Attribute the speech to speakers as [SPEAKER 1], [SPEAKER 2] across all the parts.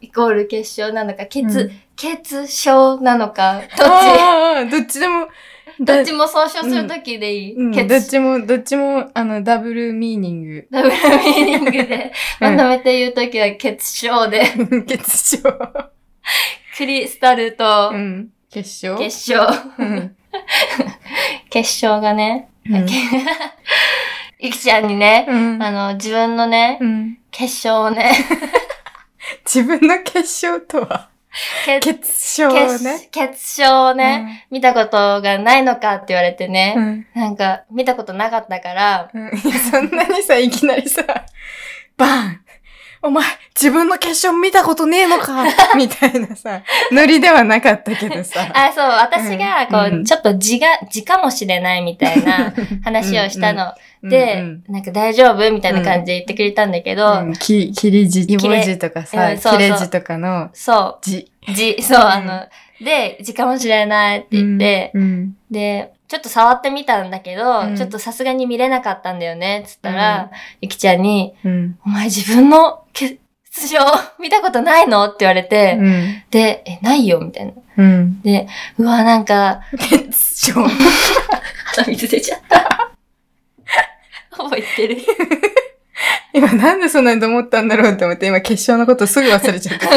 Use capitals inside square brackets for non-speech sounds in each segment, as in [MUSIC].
[SPEAKER 1] イコール結晶なのか、結、結晶なのか、どっ
[SPEAKER 2] あーどっちでも、
[SPEAKER 1] ち、どっちも総称するときでいい。
[SPEAKER 2] うん、どっ
[SPEAKER 1] 結、
[SPEAKER 2] ちも、どっちも、あの、ダブルミーニング。 [LAUGHS]
[SPEAKER 1] ダブルミーニングで、
[SPEAKER 2] う
[SPEAKER 1] ま
[SPEAKER 2] ん
[SPEAKER 1] とめて言うときは結晶で、
[SPEAKER 2] 結晶。
[SPEAKER 1] クリスタルと
[SPEAKER 2] うん。結晶
[SPEAKER 1] 結晶。
[SPEAKER 2] うん。
[SPEAKER 1] 結晶がね、
[SPEAKER 2] うん
[SPEAKER 1] ゆきちゃんにね、
[SPEAKER 2] うん
[SPEAKER 1] あの、自分のね、
[SPEAKER 2] うん。
[SPEAKER 1] 結晶をね、
[SPEAKER 2] 自分の結晶とは
[SPEAKER 1] 結
[SPEAKER 2] [LAUGHS] 結晶
[SPEAKER 1] 結
[SPEAKER 2] ね。
[SPEAKER 1] 結晶をね、見たことがないのかって言われてね
[SPEAKER 2] う、ん。
[SPEAKER 1] なんか、見たことなかったから、
[SPEAKER 2] うん。いやそんなにさ、いきなりさ、バーンお前、自分の結晶見たことねえのかみたいなさ、ノリではなかったけどさ。
[SPEAKER 1] あ、そう、私が、こう、
[SPEAKER 2] うん
[SPEAKER 1] ちょっと字が、字かもしれないみたい
[SPEAKER 2] [LAUGHS]
[SPEAKER 1] な話をしたの。で、
[SPEAKER 2] うん
[SPEAKER 1] なんか大丈夫みたいな感じで言ってくれたんだけど、
[SPEAKER 2] うん、き切り字、切れ字とか
[SPEAKER 1] う
[SPEAKER 2] さ、
[SPEAKER 1] んそうそう
[SPEAKER 2] 切れ字とかの
[SPEAKER 1] そ
[SPEAKER 2] 字。
[SPEAKER 1] う、
[SPEAKER 2] [LAUGHS]
[SPEAKER 1] 字、そう、あ
[SPEAKER 2] う
[SPEAKER 1] の、で、字かもしれないって言って、
[SPEAKER 2] うん、
[SPEAKER 1] で、ちょっと触ってみたんだけど、
[SPEAKER 2] うん
[SPEAKER 1] ちょっとさすがに見れなかったんだよね、つったら、ゆきちゃんに、
[SPEAKER 2] うん、
[SPEAKER 1] お前自分の欠場見たことないのって言われ
[SPEAKER 2] う
[SPEAKER 1] て、
[SPEAKER 2] ん、
[SPEAKER 1] で、え、ないよみたいな。
[SPEAKER 2] うん。
[SPEAKER 1] で、うわ、なんか、
[SPEAKER 2] 結晶。
[SPEAKER 1] 鼻水出ちゃった。 [LAUGHS] 覚えてる。 [LAUGHS]
[SPEAKER 2] 今なんでそんなにと思ったんだろうって思って、今結晶のことすぐ忘れちゃった。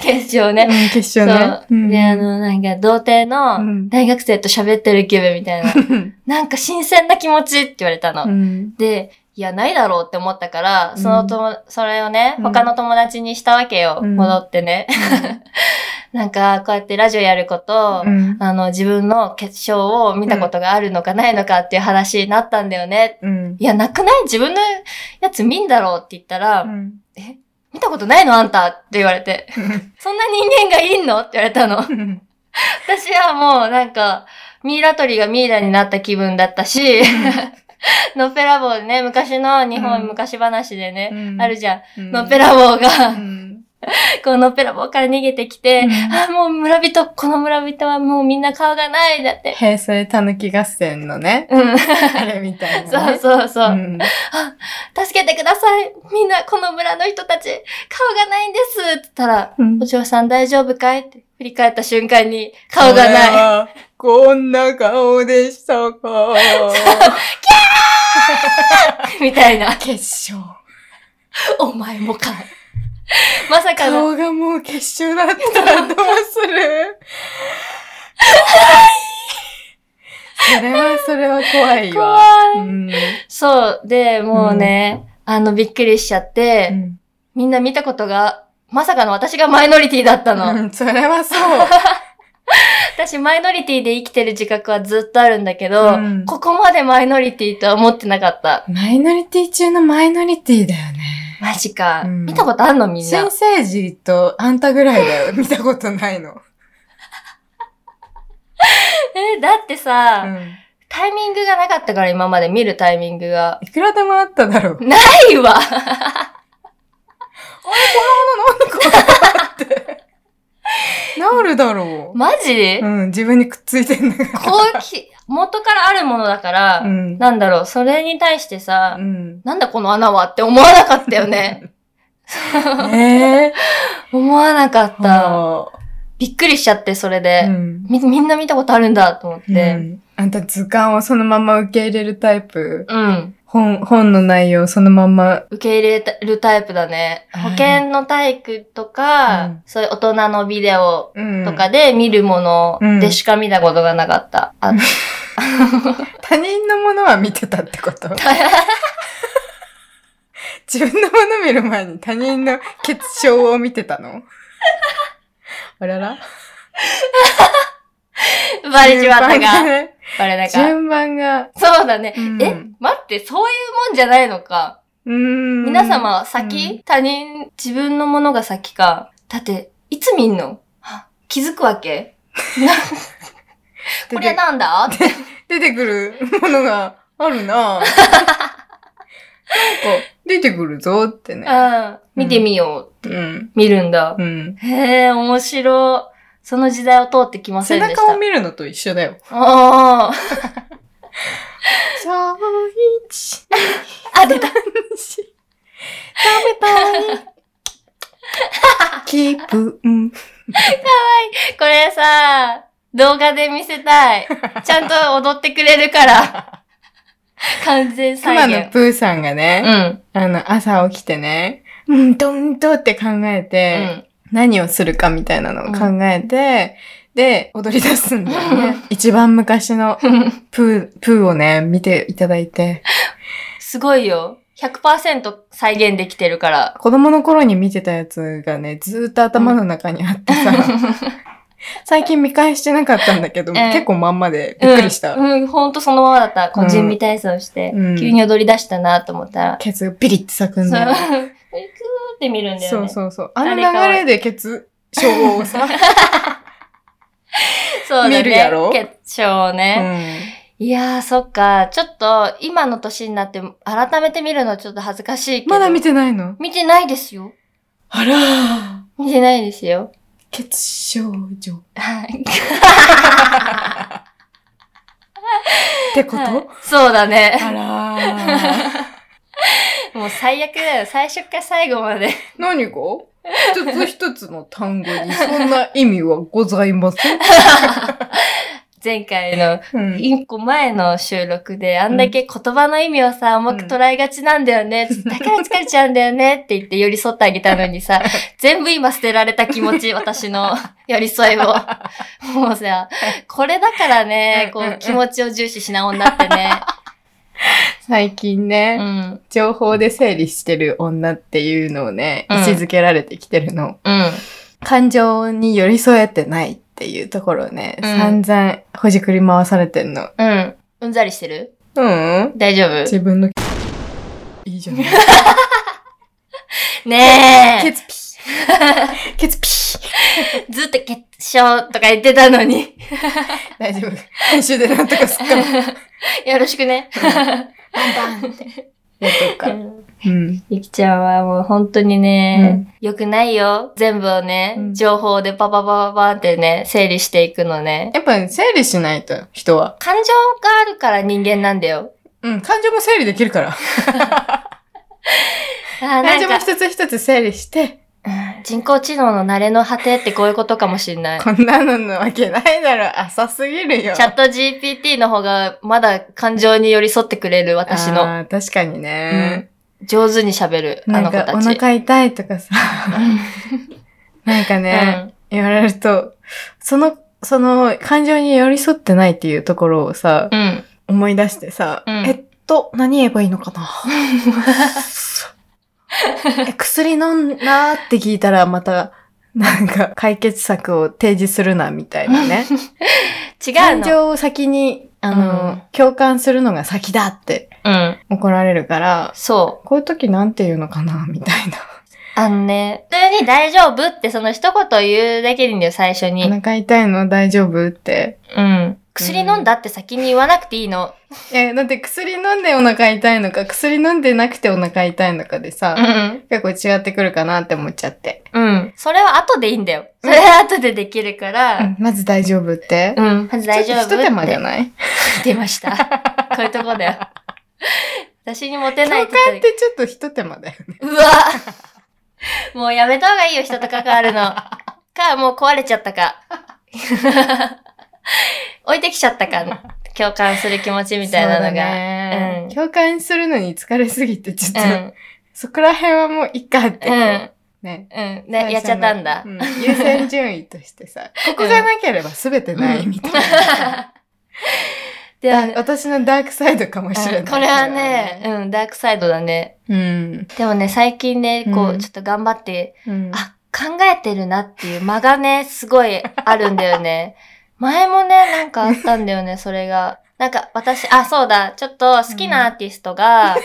[SPEAKER 1] 決勝 [LAUGHS]
[SPEAKER 2] う
[SPEAKER 1] ね。
[SPEAKER 2] ん、結
[SPEAKER 1] そ
[SPEAKER 2] 晶
[SPEAKER 1] う。
[SPEAKER 2] ね。うん
[SPEAKER 1] で、あ、の、なんか、童貞
[SPEAKER 2] う
[SPEAKER 1] の
[SPEAKER 2] ん
[SPEAKER 1] 大学生と喋ってる気分みた
[SPEAKER 2] [LAUGHS]
[SPEAKER 1] いな。なんか新鮮な気持ちって言われたの。
[SPEAKER 2] うん、
[SPEAKER 1] で、いや、ないだろうって思ったから、そのとも、それをね、
[SPEAKER 2] うん
[SPEAKER 1] 他の友達にしたわけよ。
[SPEAKER 2] うん
[SPEAKER 1] 戻ってね。 [LAUGHS] なんか、こうやってラジオやること、
[SPEAKER 2] うん、
[SPEAKER 1] あの、自分の結晶を見たことがあるのかないのかっていう話になったんだよね。
[SPEAKER 2] うん。
[SPEAKER 1] いや、なくない自分のやつ見んだろうって言ったら、
[SPEAKER 2] うん
[SPEAKER 1] 見たことないのあんたって言われて。そんな人間がいんのって言われたの。私はもうなんか、ミイラ取りがミイラになった気分だったし、のっぺらぼうでね、昔の日本
[SPEAKER 2] うん
[SPEAKER 1] 昔話でね、あるじゃん。
[SPEAKER 2] うん
[SPEAKER 1] のっぺらぼうが、
[SPEAKER 2] うん
[SPEAKER 1] [LAUGHS] こうのっぺらぼうから逃げてきて、
[SPEAKER 2] うん
[SPEAKER 1] あ、もう村人、この村人はもうみんな顔がない、だって。
[SPEAKER 2] 平成たぬき合戦のね、
[SPEAKER 1] [LAUGHS] うん。
[SPEAKER 2] あれみたいな
[SPEAKER 1] そ
[SPEAKER 2] ね。
[SPEAKER 1] うそうそう。
[SPEAKER 2] うん
[SPEAKER 1] 助けてください。みんな、この村の人たち、顔がないんです。って言ったら、お嬢さん大丈夫かいって振り返った瞬間に、顔がない。
[SPEAKER 2] い。こんな顔でしたか。
[SPEAKER 1] [LAUGHS] みたいな。
[SPEAKER 2] 結晶。
[SPEAKER 1] お前も
[SPEAKER 2] [LAUGHS]
[SPEAKER 1] か。まさかの、
[SPEAKER 2] 顔がもう結晶だったらどうするそれは、それは怖いわ。
[SPEAKER 1] 怖い。
[SPEAKER 2] うん
[SPEAKER 1] そう。で、もうね、あの、びっくりしちゃって、みんな見たことが、まさかの私がマイノリティだったの。
[SPEAKER 2] うんそれはそう。
[SPEAKER 1] 私、マイノリティで生きてる自覚はずっとあるんだけど、
[SPEAKER 2] うん
[SPEAKER 1] ここまでマイノリティとは思ってなかった。
[SPEAKER 2] マイノリティ中のマイノリティだよね。
[SPEAKER 1] マジか。
[SPEAKER 2] うん
[SPEAKER 1] 見たことあんのみんな
[SPEAKER 2] 新。生児とあんたぐらい [LAUGHS] だよ。見たことないの。
[SPEAKER 1] え、だってさ、
[SPEAKER 2] うん
[SPEAKER 1] タイミングがなかったから今まで見るタイミングが。
[SPEAKER 2] いくらでもあっただろう。
[SPEAKER 1] ないわ
[SPEAKER 2] [LAUGHS] 治るだろ
[SPEAKER 1] マジ、
[SPEAKER 2] う。うん、自分にくっついてんだか
[SPEAKER 1] こうき、元からあるものだから、
[SPEAKER 2] ら。うん。
[SPEAKER 1] なんだろう、それに対してさ、
[SPEAKER 2] うん。
[SPEAKER 1] なんだこの穴はって思わなかったよね。
[SPEAKER 2] ええ
[SPEAKER 1] 思わなか [LAUGHS] った。
[SPEAKER 2] はあ
[SPEAKER 1] びっくりしちゃって、それ
[SPEAKER 2] う
[SPEAKER 1] で、
[SPEAKER 2] ん。
[SPEAKER 1] み。みんな見たことあるんだと思っ
[SPEAKER 2] う
[SPEAKER 1] て。
[SPEAKER 2] んあんた図鑑をそのまま受け入れるタイプ
[SPEAKER 1] うん。
[SPEAKER 2] 本、本の内容そのまま。
[SPEAKER 1] 受け入れるタイプだね。
[SPEAKER 2] は
[SPEAKER 1] 保
[SPEAKER 2] い
[SPEAKER 1] 険の体育とか、
[SPEAKER 2] うん
[SPEAKER 1] そういう大人のビデオ
[SPEAKER 2] うん
[SPEAKER 1] とかで見るものでしか見たことがなかった。あ
[SPEAKER 2] 他人のものは見てたってこと
[SPEAKER 1] [LAUGHS]
[SPEAKER 2] 自分のもの見る前に他人の結晶を見て
[SPEAKER 1] [LAUGHS]
[SPEAKER 2] たのあらら
[SPEAKER 1] バレちまった
[SPEAKER 2] 順番が [LAUGHS]
[SPEAKER 1] か。
[SPEAKER 2] ね
[SPEAKER 1] バレたか。
[SPEAKER 2] 順番が。
[SPEAKER 1] そうだね。
[SPEAKER 2] うん
[SPEAKER 1] え、待って、そういうもんじゃないのか。
[SPEAKER 2] うーん
[SPEAKER 1] 皆様は先、
[SPEAKER 2] うん
[SPEAKER 1] 他人、自分のものが先か。だって、いつ見んのは気づくわけ
[SPEAKER 2] 出
[SPEAKER 1] これ
[SPEAKER 2] て
[SPEAKER 1] なんだって。
[SPEAKER 2] 出てく
[SPEAKER 1] [LAUGHS]
[SPEAKER 2] るものがあるなぁなんか、出てくるぞってね。
[SPEAKER 1] うん。見てみよう。
[SPEAKER 2] うん。
[SPEAKER 1] 見るんだ。
[SPEAKER 2] うん。
[SPEAKER 1] へえ、面白い。その時代を通ってきませ
[SPEAKER 2] 背
[SPEAKER 1] んでした。
[SPEAKER 2] 中を見るのと一緒だよ。
[SPEAKER 1] あ
[SPEAKER 2] そう一、
[SPEAKER 1] あ。あ、出た。 [LAUGHS]
[SPEAKER 2] ダメだ気分。
[SPEAKER 1] これさ、動画で見せたい。ちゃんと踊ってくれるから。完全
[SPEAKER 2] 妻
[SPEAKER 1] 再
[SPEAKER 2] の
[SPEAKER 1] 現。
[SPEAKER 2] プーさんが
[SPEAKER 1] う
[SPEAKER 2] ね、
[SPEAKER 1] ん。
[SPEAKER 2] あの、朝起きてね、うんとうんとって考え
[SPEAKER 1] う
[SPEAKER 2] て、
[SPEAKER 1] ん。
[SPEAKER 2] 何をするかみたいなのを考えて、で、踊り出すんだよね。一番昔のプー、プーをね、見ていただいて、
[SPEAKER 1] すごいよ。100%再現できてるから。
[SPEAKER 2] 子供の頃に見てたやつがね、ずーっと頭の中にあってさ、最近見返してなかったんだけど、
[SPEAKER 1] ええ
[SPEAKER 2] 結構まんま [LAUGHS] でびっくりした。
[SPEAKER 1] うん、うんほんとそのままだった。こう、準備体操して、
[SPEAKER 2] うん
[SPEAKER 1] 急に踊り出したなと思ったら。
[SPEAKER 2] ケツピリって咲く
[SPEAKER 1] そ [LAUGHS]
[SPEAKER 2] ん
[SPEAKER 1] う。
[SPEAKER 2] だ
[SPEAKER 1] で
[SPEAKER 2] よ
[SPEAKER 1] グ
[SPEAKER 2] ね。
[SPEAKER 1] ーって見るんだよ
[SPEAKER 2] そ
[SPEAKER 1] ね。
[SPEAKER 2] う
[SPEAKER 1] そう
[SPEAKER 2] そうそう。あの
[SPEAKER 1] あ
[SPEAKER 2] 流
[SPEAKER 1] れ可愛い
[SPEAKER 2] れでケツ、称号をさ、
[SPEAKER 1] だね。
[SPEAKER 2] 見るやろ
[SPEAKER 1] 決勝
[SPEAKER 2] う
[SPEAKER 1] ね。
[SPEAKER 2] ん
[SPEAKER 1] いやー、そっか。ちょっと、今の年になって、改めて見るのちょっと恥ずかしいけど。
[SPEAKER 2] まだ見てないの
[SPEAKER 1] 見てないですよ。
[SPEAKER 2] あらー、
[SPEAKER 1] 見てないですよ。
[SPEAKER 2] ケツ少女。っ
[SPEAKER 1] はい。
[SPEAKER 2] てこと、
[SPEAKER 1] そうだね。
[SPEAKER 2] あらー。
[SPEAKER 1] もう最悪だよ。最初から最後まで。
[SPEAKER 2] 何が一つ一つの単語にそんな意味はございません。
[SPEAKER 1] 前回の、
[SPEAKER 2] うん
[SPEAKER 1] 一個前の収録で、あんだけ言葉の意味をさ、重く捉えがちなんだよ
[SPEAKER 2] [LAUGHS]
[SPEAKER 1] ね。だから疲れちゃうんだよね。って言って寄り添ってあげたのに
[SPEAKER 2] [LAUGHS]
[SPEAKER 1] さ、全部今捨てられた気持ち、私の [LAUGHS] 寄り添い
[SPEAKER 2] [LAUGHS]
[SPEAKER 1] を。もうさ、これだからね、こ
[SPEAKER 2] うんうんう
[SPEAKER 1] う、
[SPEAKER 2] ん
[SPEAKER 1] 気持ちを重視しな女って
[SPEAKER 2] [LAUGHS]
[SPEAKER 1] ね。
[SPEAKER 2] 最近
[SPEAKER 1] う
[SPEAKER 2] ね、
[SPEAKER 1] ん。
[SPEAKER 2] 情報で整理してる女っていうのをね、
[SPEAKER 1] うん
[SPEAKER 2] 位置づけられてきてるの。
[SPEAKER 1] うん。
[SPEAKER 2] 感情に寄り添えてないっていうところをね、
[SPEAKER 1] うん
[SPEAKER 2] 散々ほじくり回されてんの。
[SPEAKER 1] うん。うんざりしてる
[SPEAKER 2] うん
[SPEAKER 1] 大丈夫
[SPEAKER 2] 自 [LAUGHS] 分の、いいじゃない。
[SPEAKER 1] ねえ
[SPEAKER 2] ケツピー。 [LAUGHS] ケツピー。
[SPEAKER 1] ずっと決勝とか言ってたのに。
[SPEAKER 2] 大丈夫。編集でなんとかすっから。
[SPEAKER 1] [LAUGHS] よろしくね。
[SPEAKER 2] バンバンって。やっとくから。うん。
[SPEAKER 1] ゆきちゃんはもう本当にね、良くないよ。全部をね、
[SPEAKER 2] うん
[SPEAKER 1] 情報でパパパパパってね、整理していくのね。
[SPEAKER 2] やっぱね、整理しないと、人は。
[SPEAKER 1] 感情があるから人間なんだよ。
[SPEAKER 2] うん、感情も整理できるから。
[SPEAKER 1] あーな
[SPEAKER 2] 感情
[SPEAKER 1] ん
[SPEAKER 2] も
[SPEAKER 1] か、
[SPEAKER 2] 一つ一つ整理して、
[SPEAKER 1] うん人工知能の慣れの果てってこういうことかもしんない。
[SPEAKER 2] [LAUGHS] こんなのなわけないだろ、浅すぎるよ。
[SPEAKER 1] チャット GPT の方がまだ感情に寄り添ってくれる私の。
[SPEAKER 2] あー確かにね。
[SPEAKER 1] 上手に喋る、あ
[SPEAKER 2] な
[SPEAKER 1] の
[SPEAKER 2] ん
[SPEAKER 1] 子
[SPEAKER 2] か、お
[SPEAKER 1] たち。
[SPEAKER 2] 腹痛いとかさ、 [LAUGHS] なんかね、言われると、その、その、感情に寄り添ってないっていうところをさ
[SPEAKER 1] う、ん。うん。
[SPEAKER 2] 思い出してさ、
[SPEAKER 1] うん
[SPEAKER 2] えっと、何言えばいいのか
[SPEAKER 1] [LAUGHS]
[SPEAKER 2] なえ薬飲んだって聞いたらまた、なんか解決策を提示するな、みたいなね。
[SPEAKER 1] [LAUGHS] 違う
[SPEAKER 2] 感
[SPEAKER 1] の。
[SPEAKER 2] 情を先に、あの、
[SPEAKER 1] うん
[SPEAKER 2] 共感するのが先だって
[SPEAKER 1] うん。
[SPEAKER 2] 怒られるから、
[SPEAKER 1] そう。
[SPEAKER 2] こういう時なんて言うのかな、 [LAUGHS] みたいな。
[SPEAKER 1] あのね、普通に大丈夫ってその一言言うだけでいいんだよ、最初に。
[SPEAKER 2] お腹痛いの大丈夫って。
[SPEAKER 1] うん。薬飲んだって先に言わなくていいの。
[SPEAKER 2] え、だって薬飲んでお腹痛いのか、薬飲んでなくてお腹痛いのかでさ、
[SPEAKER 1] うん。
[SPEAKER 2] 結構違ってくるかなって思っちゃって。
[SPEAKER 1] うん。それは後でいいんだよ。それは後でできるから、
[SPEAKER 2] まず大丈夫って。
[SPEAKER 1] うん。まず大丈夫
[SPEAKER 2] ちょ
[SPEAKER 1] っ
[SPEAKER 2] ってと一手間じゃ
[SPEAKER 1] 言
[SPEAKER 2] ない
[SPEAKER 1] ってま
[SPEAKER 2] [LAUGHS]
[SPEAKER 1] した。こういうとこだよ。私にモテないっ
[SPEAKER 2] 共
[SPEAKER 1] て
[SPEAKER 2] 感
[SPEAKER 1] 言
[SPEAKER 2] っ
[SPEAKER 1] って
[SPEAKER 2] てちょっと一手間だよね。
[SPEAKER 1] うわもうやめた方がいいよ、人と関わるの。か、もう壊れちゃったか。置いてきちゃったか。共感する気持ちみたいなのが。
[SPEAKER 2] そうだね
[SPEAKER 1] うん
[SPEAKER 2] 共感するのに疲れすぎて、ちょっと、
[SPEAKER 1] うん。
[SPEAKER 2] そこら辺はもういっかってこう、
[SPEAKER 1] うん。
[SPEAKER 2] ね。
[SPEAKER 1] うん。
[SPEAKER 2] 最初の
[SPEAKER 1] ね、やっちゃったんだ
[SPEAKER 2] [LAUGHS] う。優先順位としてさ、ここがなければ全てないみたいな。
[SPEAKER 1] [LAUGHS] で
[SPEAKER 2] だ私のダークサイドかもしれない。
[SPEAKER 1] うんこれはね、うん、ダークサイドだね。
[SPEAKER 2] それはね。
[SPEAKER 1] でもね、最近ね、こう、
[SPEAKER 2] うん
[SPEAKER 1] ちょっと頑張って、
[SPEAKER 2] うん。
[SPEAKER 1] あ、考えてるなっていう間がね、すごいあるんだよ
[SPEAKER 2] [LAUGHS]
[SPEAKER 1] ね。前もね、なんかあったんだよね、それが。なんか、私、あ、そうだ、ちょっと好きなアーティストが、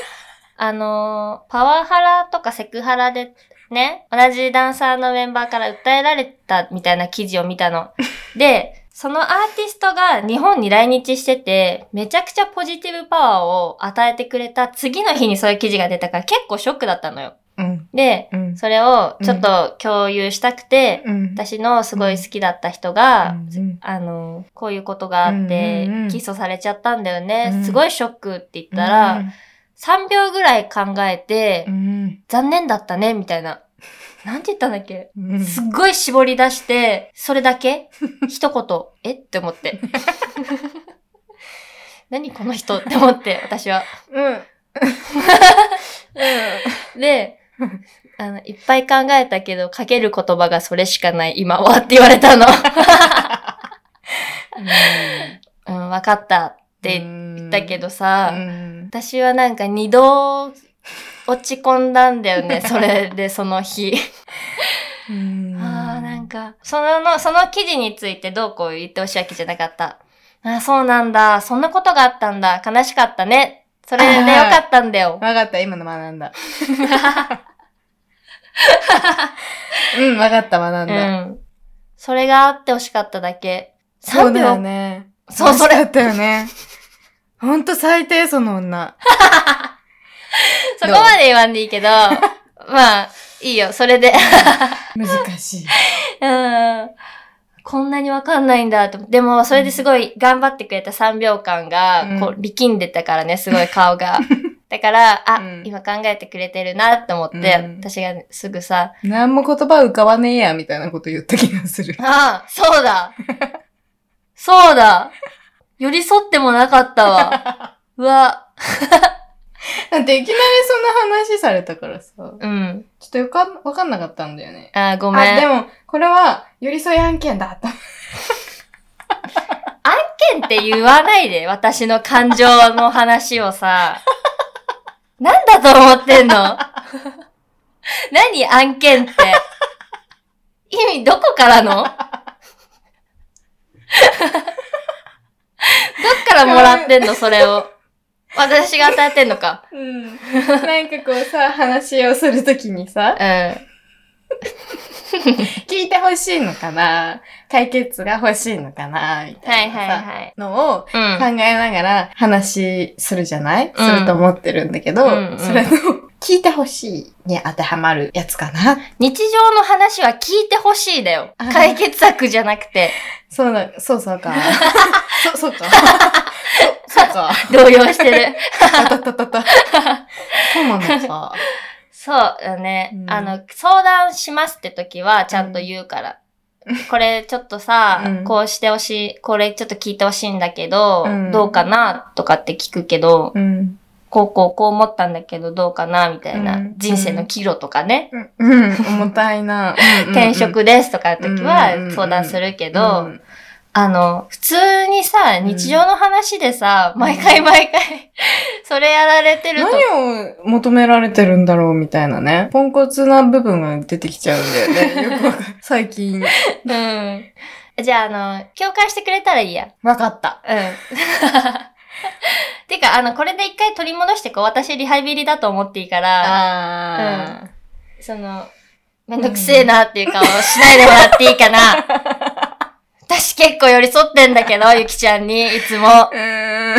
[SPEAKER 1] あのーパワハラとかセクハラで、ね、同じダンサーのメンバーから訴えられたみたいな記事を見たの。で、そのアーティストが日本に来日してて、めちゃくちゃポジティブパワーを与えてくれた次の日にそういう記事が出たから結構ショックだったのよ。
[SPEAKER 2] うん。
[SPEAKER 1] で、
[SPEAKER 2] うん。
[SPEAKER 1] それをちょっと共有したくて、
[SPEAKER 2] うん。
[SPEAKER 1] 私のすごい好きだった人が、
[SPEAKER 2] うん
[SPEAKER 1] あの、こういうことがあって
[SPEAKER 2] うんうんうん、
[SPEAKER 1] 起訴されちゃったんだよね、
[SPEAKER 2] うん
[SPEAKER 1] すごいショックって言ったら、、3秒ぐらい考えて、
[SPEAKER 2] うん。
[SPEAKER 1] 残念だったね、みたいな。なんて言ったんだっけ
[SPEAKER 2] うん
[SPEAKER 1] すっごい絞り出して、それだけ一言、えって思
[SPEAKER 2] [LAUGHS]
[SPEAKER 1] って。何この人って思って、私は。
[SPEAKER 2] うん。うん。
[SPEAKER 1] で、あの、いっぱい考えたけど、かける言葉がそれしかない、今はって言われたの。うん、わかったって
[SPEAKER 2] 言
[SPEAKER 1] 言ったけど
[SPEAKER 2] ど
[SPEAKER 1] さ、
[SPEAKER 2] うん。
[SPEAKER 1] 私はなんか二度落ち込んだんだよね、それでその日。ああ、なん
[SPEAKER 2] か。
[SPEAKER 1] か、その、その記事についてどうこう言ってほしいわけじゃなかった。ああ、そうなんだ。そんなことがあったんだ。悲しかったね。それでよかったんだよ。
[SPEAKER 2] わかった、今の学んだ。うん、わかった、学ん
[SPEAKER 1] う
[SPEAKER 2] だ。
[SPEAKER 1] ん。それがあってほしかっただけ。
[SPEAKER 2] そうだよ
[SPEAKER 1] 3秒。
[SPEAKER 2] ね。
[SPEAKER 1] そう、そ
[SPEAKER 2] だ
[SPEAKER 1] れ、
[SPEAKER 2] ったよね。ほんと最低、その女。
[SPEAKER 1] [LAUGHS] そこまで言わんでいいけ
[SPEAKER 2] [LAUGHS]
[SPEAKER 1] ど、まあ、いいよ、それで。
[SPEAKER 2] 難しい。
[SPEAKER 1] うん。こんなにわかんないんだと思って。でも、それですごい頑張ってくれた3秒間が、こ
[SPEAKER 2] う
[SPEAKER 1] う、力んでたからね、すごい顔
[SPEAKER 2] [LAUGHS]
[SPEAKER 1] が。だから、あ、
[SPEAKER 2] うん
[SPEAKER 1] 今考えてくれてるなって思って、
[SPEAKER 2] うん
[SPEAKER 1] 私がすぐさ、
[SPEAKER 2] なんも言葉浮かばねえや、みたいなこと言った気がする。
[SPEAKER 1] ああ、そうだ [LAUGHS] そうだ寄り添ってもなかったわ。
[SPEAKER 2] [LAUGHS]
[SPEAKER 1] うわ、
[SPEAKER 2] だっていきなりそんな話されたからさ、
[SPEAKER 1] うん。
[SPEAKER 2] ちょっとよかん、わかんなかったんだよね。
[SPEAKER 1] ああ、ごめん。
[SPEAKER 2] あ、でも、これは、寄り添い案件だ、と。
[SPEAKER 1] 意見って言わないで、私の感情の話をさ。なんだと思ってんの何案件って。意味どこからのどっからもらってんのそれを。私が与えてんのか。
[SPEAKER 2] うん。 [LAUGHS] なんかこうさ、話をするときにさ
[SPEAKER 1] う、ん。
[SPEAKER 2] 聞いて欲しいのかな解決が欲しいのかな
[SPEAKER 1] は
[SPEAKER 2] みた
[SPEAKER 1] い
[SPEAKER 2] いなさ、
[SPEAKER 1] はいはい。
[SPEAKER 2] のを
[SPEAKER 1] う
[SPEAKER 2] 考
[SPEAKER 1] ん。
[SPEAKER 2] えながら話するじゃない、
[SPEAKER 1] うん
[SPEAKER 2] すると思ってるんだけど、
[SPEAKER 1] うんうん
[SPEAKER 2] それの [LAUGHS] 聞いて欲しいに当てはまるやつかな。
[SPEAKER 1] 日常の話は聞いてほしいだよ。解決策じゃなくて、
[SPEAKER 2] そうだ、そうそう [LAUGHS] か。そ、 [LAUGHS] そうか。そ、そうか。
[SPEAKER 1] 動揺してる。
[SPEAKER 2] たたたたた。そうなのか。
[SPEAKER 1] そうだね。
[SPEAKER 2] うん
[SPEAKER 1] あの、相談しますって時はちゃんと言うから。これちょっとさ、
[SPEAKER 2] うん
[SPEAKER 1] こうしてほしい、これちょっと聞いてほしいんだけど、
[SPEAKER 2] うん
[SPEAKER 1] どうかなとかって聞くけど、
[SPEAKER 2] うん。
[SPEAKER 1] こうこうこう思ったんだけどどうかなみたいな、
[SPEAKER 2] うん
[SPEAKER 1] 人生の岐路とかね、
[SPEAKER 2] うんうん、重たいな。うんうんうん
[SPEAKER 1] 転職ですとかの時
[SPEAKER 2] う
[SPEAKER 1] は
[SPEAKER 2] ん
[SPEAKER 1] 相談するけど、
[SPEAKER 2] うん
[SPEAKER 1] あの、普通にさ、
[SPEAKER 2] ん
[SPEAKER 1] 日常の話でさ、
[SPEAKER 2] うん
[SPEAKER 1] 毎回毎回、 [LAUGHS] それやられてると、
[SPEAKER 2] 何を求められてるんだろうみたいなね。ポンコツな部分が出てきちゃうんだ [LAUGHS] よね。よくわかん最近。
[SPEAKER 1] うん。じゃあ、あの、共感してくれたらいいや。
[SPEAKER 2] わかった。
[SPEAKER 1] うん。 [LAUGHS] てか、あの、これで一回取り戻してこう。私、リハビリだと思っていいから、
[SPEAKER 2] あー。
[SPEAKER 1] その、めんどくせえなっていう顔をしないでもらっていいか [LAUGHS] な。私結構寄り添ってんだけど、ゆきちゃんに、いつも。
[SPEAKER 2] うーん。 [LAUGHS] う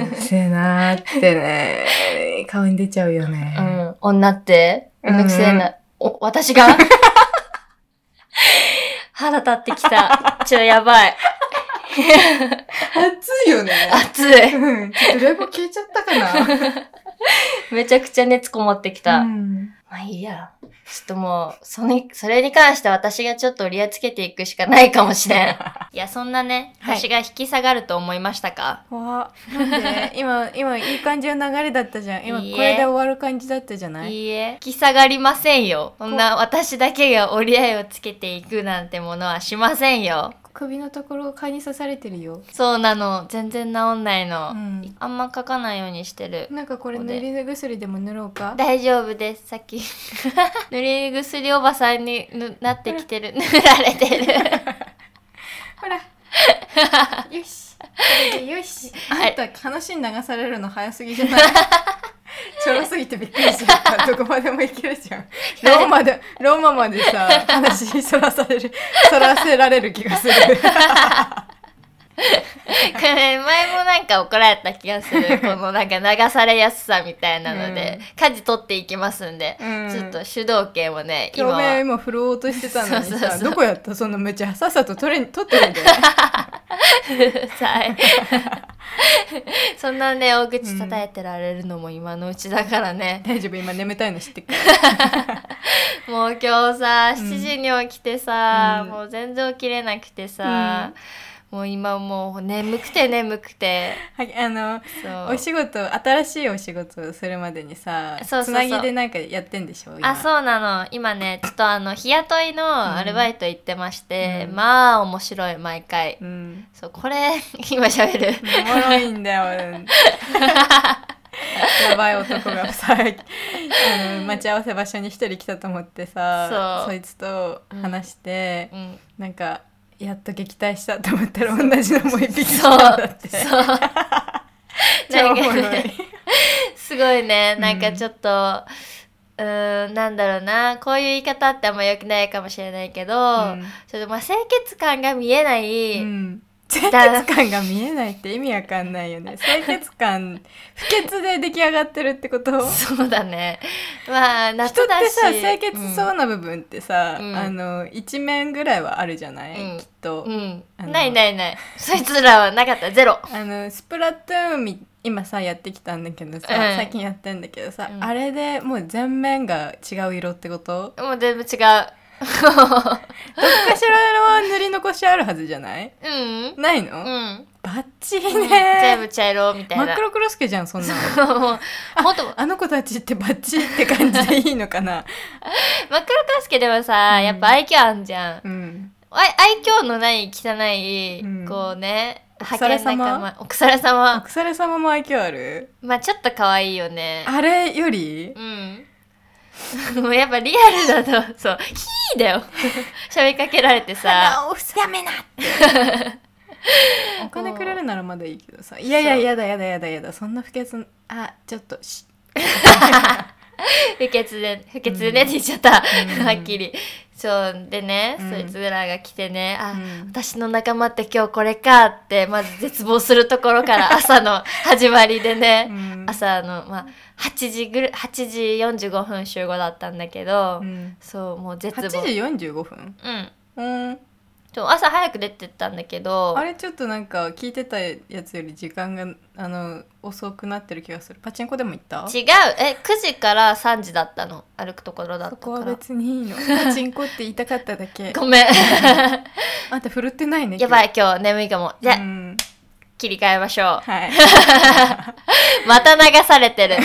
[SPEAKER 2] るせえなーってね、顔に出ちゃうよね
[SPEAKER 1] う。ん。女って、めんどくせえな。お、私が [LAUGHS] 腹立ってきた。ちょ、やばい。
[SPEAKER 2] 暑いよね。
[SPEAKER 1] 熱い。
[SPEAKER 2] うん。ちょっと冷房消えちゃったか [LAUGHS] な。
[SPEAKER 1] めちゃくちゃ熱こもってきた。
[SPEAKER 2] うん
[SPEAKER 1] まあいいや。ちょっともう、それ、それに関して私がちょっと折り合いつけていくしかないかもし
[SPEAKER 2] [LAUGHS]
[SPEAKER 1] れん。いや、そんなね、
[SPEAKER 2] はい
[SPEAKER 1] 私が引き下がると思いましたか、
[SPEAKER 2] わなんで [LAUGHS] 今、今いい感じの流れだったじゃん。今こ
[SPEAKER 1] いいえ、
[SPEAKER 2] れで終わる感じだったじゃないい
[SPEAKER 1] いえ、引き下がりませんよ。そんな私だけが折り合いをつけていくなんてものはしませんよ。
[SPEAKER 2] 首のところ蚊に刺されてるよ。
[SPEAKER 1] そうなの、全然治んないの。
[SPEAKER 2] うん
[SPEAKER 1] あんま書かないようにしてる。
[SPEAKER 2] なんかこれ
[SPEAKER 1] ここ
[SPEAKER 2] 塗
[SPEAKER 1] で
[SPEAKER 2] り薬でも塗ろうか
[SPEAKER 1] 大丈夫です、さっ
[SPEAKER 2] [LAUGHS]
[SPEAKER 1] き。塗り薬おばさんにぬなってきてる。塗られてる。
[SPEAKER 2] ほら。 [LAUGHS] よし。これでよし。あ
[SPEAKER 1] はい
[SPEAKER 2] んた話に流されるの早すぎじ [LAUGHS] ゃないちょろすぎてびっくりしちゃった。どこまでもいけるじゃん。ローマで、ローマまでさ、話そらされる、そらせられる気がする。
[SPEAKER 1] これ前もなんか怒られた気がす
[SPEAKER 2] [LAUGHS]
[SPEAKER 1] るこのなんか流されやすさみたいなので、舵取っていきますんで、
[SPEAKER 2] うん
[SPEAKER 1] ちょっと主導権をね今
[SPEAKER 2] 表面
[SPEAKER 1] は
[SPEAKER 2] 今振ろうとしてたのに
[SPEAKER 1] そうそうそう
[SPEAKER 2] さ、どこやったそのめちゃさっさと取れ、取ってるんだよね。 [LAUGHS]
[SPEAKER 1] さいそんなね大口叩いてられるのも今のうちだからね、 [LAUGHS]
[SPEAKER 2] 大丈夫、今眠たいの知ってっか
[SPEAKER 1] もう今日さ、
[SPEAKER 2] うん
[SPEAKER 1] 7時に起きてさ、
[SPEAKER 2] うん
[SPEAKER 1] もう全然起きれなくてさ、もう今もう眠くて眠くて、
[SPEAKER 2] はい、あの
[SPEAKER 1] そう。
[SPEAKER 2] お仕事新しいお仕事をするまでにさ
[SPEAKER 1] そうそうそう
[SPEAKER 2] つなぎでなんかやってんでしょ今
[SPEAKER 1] あ、そうなの。今ね、ちょっとあの、日雇いのアルバイト行ってまして、
[SPEAKER 2] うん
[SPEAKER 1] まあ面白い、毎回。
[SPEAKER 2] うん、
[SPEAKER 1] そう、これ、 [LAUGHS] 今喋る。
[SPEAKER 2] おもろいんだよ
[SPEAKER 1] [LAUGHS]
[SPEAKER 2] やばい男がさあの待ち合わせ場所に一人来たと思ってさ
[SPEAKER 1] そう
[SPEAKER 2] いつと話して、
[SPEAKER 1] うん。
[SPEAKER 2] なんかやっと撃退したと思ったら同じのもう一匹来 [LAUGHS]
[SPEAKER 1] そう。
[SPEAKER 2] たんだって
[SPEAKER 1] そう。なん
[SPEAKER 2] 超おも
[SPEAKER 1] か
[SPEAKER 2] ろい
[SPEAKER 1] ね、すごいね。
[SPEAKER 2] うん
[SPEAKER 1] なんかちょっと、うーん、なんだろうな。こういう言い方ってあんま良くないかもしれないけど、ちょっとまあ清潔感が見えない、
[SPEAKER 2] うんうん清潔感が見えないって意味わかんない
[SPEAKER 1] [LAUGHS]
[SPEAKER 2] よね清潔感不潔で出来上がってるってこと
[SPEAKER 1] そうだね。まあ、
[SPEAKER 2] 人
[SPEAKER 1] 夏
[SPEAKER 2] っ
[SPEAKER 1] だ
[SPEAKER 2] て
[SPEAKER 1] し。
[SPEAKER 2] さ清潔そうな部分ってさ、
[SPEAKER 1] うん
[SPEAKER 2] あの一面ぐらいはあるじゃない、
[SPEAKER 1] うん
[SPEAKER 2] きっと、
[SPEAKER 1] うん。
[SPEAKER 2] あの
[SPEAKER 1] ないないない。そいつらはなかった。ゼロ。
[SPEAKER 2] あのスプラトゥーンみ今さやってきたんだけどさ、
[SPEAKER 1] うん
[SPEAKER 2] 最近やってんだけどさ、
[SPEAKER 1] うん
[SPEAKER 2] あれでもう全面が違う色っ
[SPEAKER 1] [LAUGHS]
[SPEAKER 2] てこと
[SPEAKER 1] もう全部違う。
[SPEAKER 2] どっかしらは塗り残しあるはずじゃない
[SPEAKER 1] うん。
[SPEAKER 2] ないの、
[SPEAKER 1] うん。
[SPEAKER 2] バッチリ
[SPEAKER 1] うん全
[SPEAKER 2] ね
[SPEAKER 1] 部茶色みたい
[SPEAKER 2] 真
[SPEAKER 1] な。
[SPEAKER 2] っ黒クロスケじゃんそんなの
[SPEAKER 1] そう [LAUGHS] もうほんと、
[SPEAKER 2] あの子たちってバッチリって感じでいいのかな
[SPEAKER 1] 真っ黒カスケでもさ、
[SPEAKER 2] うん
[SPEAKER 1] やっぱ愛嬌あんじゃん。
[SPEAKER 2] うん
[SPEAKER 1] あい愛嬌のない汚い、
[SPEAKER 2] うん
[SPEAKER 1] こうね、
[SPEAKER 2] お腐れ様
[SPEAKER 1] 派遣仲間。お腐れ様。
[SPEAKER 2] 腐れ様も愛嬌ある
[SPEAKER 1] まあちょっと可愛いよね。
[SPEAKER 2] あれより
[SPEAKER 1] うん。 [LAUGHS] もうやっぱリアルだと、そう、ヒーだよ。 [LAUGHS] 喋りかけられてさ。
[SPEAKER 2] をふすやめな [LAUGHS] お金くれるならまだいいけどさ「いやいや
[SPEAKER 1] そう
[SPEAKER 2] やだやだやだやだそんな不潔なあちょっとし
[SPEAKER 1] 不潔で、不潔でねって言っちゃった。
[SPEAKER 2] う
[SPEAKER 1] [LAUGHS]
[SPEAKER 2] ん
[SPEAKER 1] はっきり。そう、でね、
[SPEAKER 2] うん
[SPEAKER 1] そいつらが来てね、あ、
[SPEAKER 2] うん
[SPEAKER 1] 私の仲間って今日これかって、まず絶望するところから朝の始まりで
[SPEAKER 2] う
[SPEAKER 1] ね、
[SPEAKER 2] ん
[SPEAKER 1] 朝の、まあ、8時ぐる、8時45分集合だったんだけど、
[SPEAKER 2] うん
[SPEAKER 1] そう、もう絶望。
[SPEAKER 2] 8時45分
[SPEAKER 1] うん。
[SPEAKER 2] うん
[SPEAKER 1] そう朝早く出てったんだけど、
[SPEAKER 2] あれちょっとなんか聞いてたやつより時間があの遅くなってる気がするパチンコでも行った
[SPEAKER 1] 違うえ9時から3時だったの歩くところだった
[SPEAKER 2] そ
[SPEAKER 1] か
[SPEAKER 2] こは
[SPEAKER 1] ら
[SPEAKER 2] 別に [LAUGHS] いいのパチンコって言いたかっただけ
[SPEAKER 1] ご
[SPEAKER 2] [LAUGHS]
[SPEAKER 1] めん
[SPEAKER 2] あんた振るってないね
[SPEAKER 1] やば
[SPEAKER 2] い
[SPEAKER 1] い今日眠いかもじゃあ、
[SPEAKER 2] うん、
[SPEAKER 1] 切り替えましょ [LAUGHS]
[SPEAKER 2] はい
[SPEAKER 1] うまた流され
[SPEAKER 2] [LAUGHS]
[SPEAKER 1] てる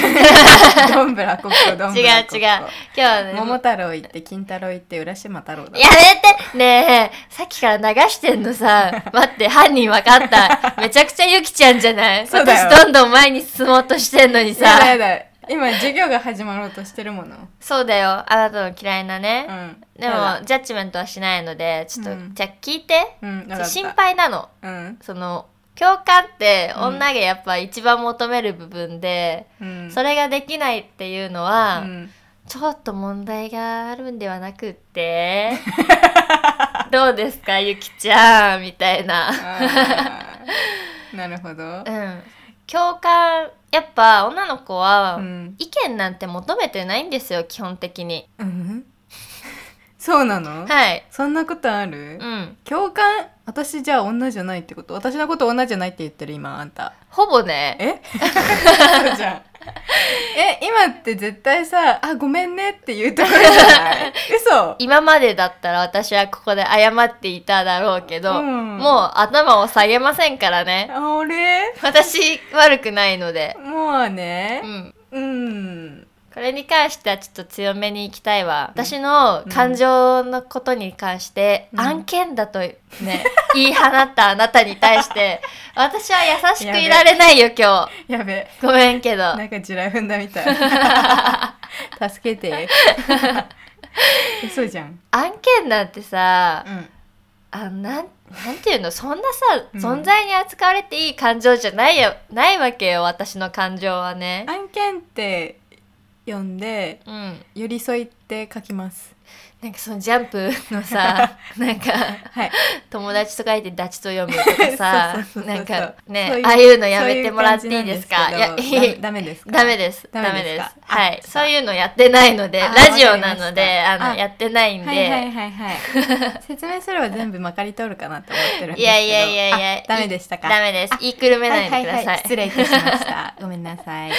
[SPEAKER 2] どんぶらこっこどんぶ
[SPEAKER 1] 違う違う
[SPEAKER 2] らこっこ
[SPEAKER 1] 今日はね
[SPEAKER 2] 桃太郎行って金太郎行って浦島太郎だ
[SPEAKER 1] やめてねえさっきから流してんの
[SPEAKER 2] [LAUGHS]
[SPEAKER 1] さ待って犯人分かっためちゃくちゃゆきちゃんじゃない
[SPEAKER 2] そうだよ
[SPEAKER 1] 私どんどん前に進もうとしてんのに
[SPEAKER 2] やだや
[SPEAKER 1] さ
[SPEAKER 2] だ今授業が始まろうとしてるもの
[SPEAKER 1] そうだよあなたの嫌いな
[SPEAKER 2] う
[SPEAKER 1] ね、
[SPEAKER 2] ん
[SPEAKER 1] で
[SPEAKER 2] や
[SPEAKER 1] も
[SPEAKER 2] だ
[SPEAKER 1] ジャッジメントはしないのでちょっと、
[SPEAKER 2] うん
[SPEAKER 1] じゃあ聞いて
[SPEAKER 2] うんわかった
[SPEAKER 1] 心配なの
[SPEAKER 2] うん
[SPEAKER 1] その共感って
[SPEAKER 2] うん
[SPEAKER 1] 女がやっぱ一番求める部分で、
[SPEAKER 2] うん
[SPEAKER 1] それができないっていうのは、
[SPEAKER 2] うん
[SPEAKER 1] ちょっと問題があるんではなくって
[SPEAKER 2] [LAUGHS]
[SPEAKER 1] どうですかゆきちゃんみたいな。
[SPEAKER 2] あーなるほど
[SPEAKER 1] うん、共感やっぱ女の子は、
[SPEAKER 2] うん
[SPEAKER 1] 意見なんて求めてないんですよ基本的に。
[SPEAKER 2] うんそうなの
[SPEAKER 1] はい、
[SPEAKER 2] そんなことある
[SPEAKER 1] うん、
[SPEAKER 2] 共感私じゃあ女じゃないってこと私のこと女じゃないって言ってる今あんた
[SPEAKER 1] ほぼね
[SPEAKER 2] えそうじゃん [LAUGHS] え今って絶対さ「あごめんね」って言うところじゃない嘘
[SPEAKER 1] 今までだったら私はここで謝っていただろうけど、
[SPEAKER 2] うん
[SPEAKER 1] もう頭を下げませんからね。
[SPEAKER 2] あれ
[SPEAKER 1] 私悪くないので、
[SPEAKER 2] もう
[SPEAKER 1] う
[SPEAKER 2] ね
[SPEAKER 1] ん、
[SPEAKER 2] うん
[SPEAKER 1] これに関してはちょっと強めにいきたいわ私の感情のことに関して、
[SPEAKER 2] うん
[SPEAKER 1] 案件だとね、言い放ったあなたに対
[SPEAKER 2] [LAUGHS]
[SPEAKER 1] して私は優しくいられないよ今日
[SPEAKER 2] やべ
[SPEAKER 1] ごめんけど
[SPEAKER 2] なんか地雷踏んだみたい助けて嘘じゃん、
[SPEAKER 1] 案件なんてさ
[SPEAKER 2] うん、
[SPEAKER 1] あなんなんていうのそんなさ、
[SPEAKER 2] うん
[SPEAKER 1] 存在に扱われていい感情じゃないよないわけよ私の感情はね
[SPEAKER 2] 案件って読んで
[SPEAKER 1] うん
[SPEAKER 2] 寄り添いって書きます
[SPEAKER 1] なんかそのジャンプの
[SPEAKER 2] [LAUGHS]
[SPEAKER 1] さなんか
[SPEAKER 2] はい
[SPEAKER 1] 友達と書いてダチと読むとかさ
[SPEAKER 2] [LAUGHS] そうそうそうそう
[SPEAKER 1] なんか
[SPEAKER 2] そういう
[SPEAKER 1] ねああいうのやめてもらっていいですか
[SPEAKER 2] そう
[SPEAKER 1] いうや
[SPEAKER 2] 感じ
[SPEAKER 1] い
[SPEAKER 2] なんですけど
[SPEAKER 1] い
[SPEAKER 2] ダメダメです
[SPEAKER 1] ダメです
[SPEAKER 2] かダ
[SPEAKER 1] ダメ
[SPEAKER 2] メです
[SPEAKER 1] で
[SPEAKER 2] か
[SPEAKER 1] すはい
[SPEAKER 2] あ
[SPEAKER 1] そういうのやってないので
[SPEAKER 2] あ
[SPEAKER 1] ラジオなので
[SPEAKER 2] わかりました
[SPEAKER 1] あ
[SPEAKER 2] あ
[SPEAKER 1] のやってないんで、
[SPEAKER 2] はいはいはいはい
[SPEAKER 1] [LAUGHS]
[SPEAKER 2] 説明すれば全部まかり通るかなと思ってるんですけど
[SPEAKER 1] いやいやいやいや
[SPEAKER 2] あダメでしたか
[SPEAKER 1] ダ
[SPEAKER 2] メ
[SPEAKER 1] メです言いくるめないでください,、 [LAUGHS]
[SPEAKER 2] 失礼いたしましたごめんなさい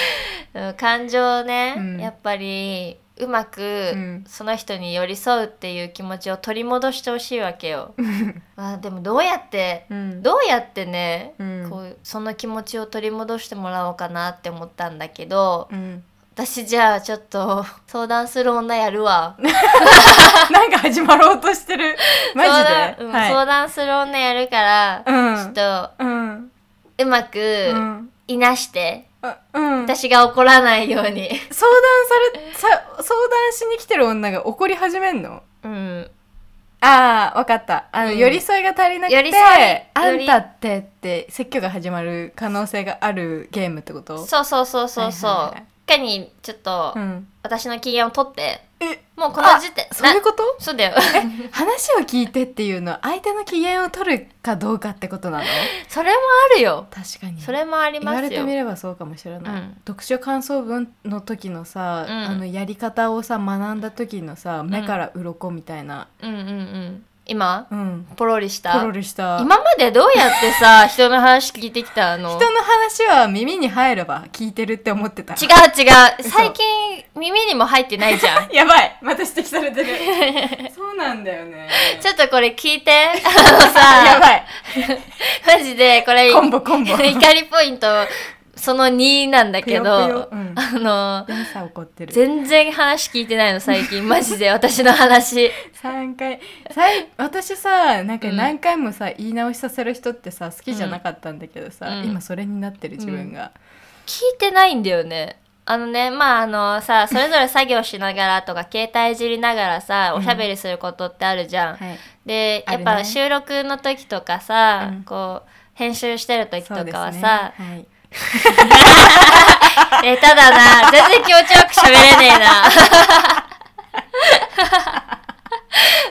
[SPEAKER 1] うん感情ね、
[SPEAKER 2] うん
[SPEAKER 1] やっぱりうまく、
[SPEAKER 2] うん
[SPEAKER 1] その人に寄り添うっていう気持ちを取り戻してほしいわけ
[SPEAKER 2] [LAUGHS]
[SPEAKER 1] よ。まあでもどうやって
[SPEAKER 2] うん
[SPEAKER 1] どうやってね、
[SPEAKER 2] うん
[SPEAKER 1] こうその気持ちを取り戻してもらおうかなって思ったんだけど、 [LAUGHS]
[SPEAKER 2] うん
[SPEAKER 1] 私じゃあちょっと相談する女やるわ。
[SPEAKER 2] なんか始まろうとしてるマジ
[SPEAKER 1] 相談
[SPEAKER 2] で、
[SPEAKER 1] うん
[SPEAKER 2] は
[SPEAKER 1] 相談する女やるから、
[SPEAKER 2] いうん
[SPEAKER 1] ちょっ
[SPEAKER 2] うん
[SPEAKER 1] とうま
[SPEAKER 2] う
[SPEAKER 1] く
[SPEAKER 2] ん
[SPEAKER 1] いなして、
[SPEAKER 2] あうん
[SPEAKER 1] 私が怒らないように。
[SPEAKER 2] 相談されさ相談しに来てる女が怒り始めんの
[SPEAKER 1] うん、
[SPEAKER 2] ああわかったあの、
[SPEAKER 1] うん
[SPEAKER 2] 寄り添いが足りなく
[SPEAKER 1] 寄り添い
[SPEAKER 2] てあ
[SPEAKER 1] 寄
[SPEAKER 2] ん
[SPEAKER 1] り
[SPEAKER 2] たってって説教が始まる可能性があるゲームってこと
[SPEAKER 1] そうそうそうそうそう。
[SPEAKER 2] はいはいはい
[SPEAKER 1] かにちょっと、
[SPEAKER 2] うん、
[SPEAKER 1] 私の機嫌を取って
[SPEAKER 2] え
[SPEAKER 1] もうこの時点
[SPEAKER 2] そういうこと
[SPEAKER 1] なそうだ
[SPEAKER 2] [LAUGHS]
[SPEAKER 1] よ
[SPEAKER 2] 話を聞いてっていうのは相手の機嫌を取るかどうかってことなの
[SPEAKER 1] それもあるよ
[SPEAKER 2] 確かに
[SPEAKER 1] それもあり
[SPEAKER 2] 言
[SPEAKER 1] ま
[SPEAKER 2] わ
[SPEAKER 1] すよ
[SPEAKER 2] れてみればそうかもしれない、
[SPEAKER 1] うん
[SPEAKER 2] 読書感想文の時のさ、
[SPEAKER 1] うん
[SPEAKER 2] あのやり方をさ学んだ時のさ目から鱗みたいな
[SPEAKER 1] うんうんうん今
[SPEAKER 2] うん
[SPEAKER 1] ポロリした
[SPEAKER 2] ポロリした
[SPEAKER 1] 今までどうやって
[SPEAKER 2] [LAUGHS]
[SPEAKER 1] さ人の話聞いてきたの
[SPEAKER 2] 人の話は耳に入れば聞いてるって思ってた
[SPEAKER 1] 違う違う最近耳にも入ってないじ
[SPEAKER 2] [LAUGHS]
[SPEAKER 1] ゃん
[SPEAKER 2] やばいまた指摘
[SPEAKER 1] [LAUGHS]
[SPEAKER 2] されてるそうなんだよね
[SPEAKER 1] ちょっとこれ聞いて [LAUGHS] あのさ
[SPEAKER 2] [LAUGHS] やばい
[SPEAKER 1] マジでこれ
[SPEAKER 2] コンボコン
[SPEAKER 1] [LAUGHS]
[SPEAKER 2] ボ
[SPEAKER 1] 怒りポイントその2なんだけど
[SPEAKER 2] ぷよぷようん
[SPEAKER 1] あの
[SPEAKER 2] でもさ怒ってる
[SPEAKER 1] 全然話聞いてないの最
[SPEAKER 2] [LAUGHS]
[SPEAKER 1] 近マジで私の話
[SPEAKER 2] 三回さい私さなんか
[SPEAKER 1] うん
[SPEAKER 2] 何回もさ、言い直しさせる人ってさ好きじゃなかったんだけどさ、
[SPEAKER 1] うん
[SPEAKER 2] 今それになってる自分が、
[SPEAKER 1] 聞いてないんだよねあのねまああのさそれぞれ作業しながらとか携帯いじりながらさおしゃべりすることってあるじゃん、
[SPEAKER 2] はい
[SPEAKER 1] で
[SPEAKER 2] あ
[SPEAKER 1] や
[SPEAKER 2] る
[SPEAKER 1] っ
[SPEAKER 2] ね
[SPEAKER 1] ぱ収録の時とかさ、
[SPEAKER 2] うん
[SPEAKER 1] こう編集してる時と
[SPEAKER 2] そうです
[SPEAKER 1] かは
[SPEAKER 2] ね
[SPEAKER 1] さ、
[SPEAKER 2] はい、
[SPEAKER 1] [LAUGHS] え下手だな全然気持ちよく喋れね
[SPEAKER 2] [LAUGHS]
[SPEAKER 1] えな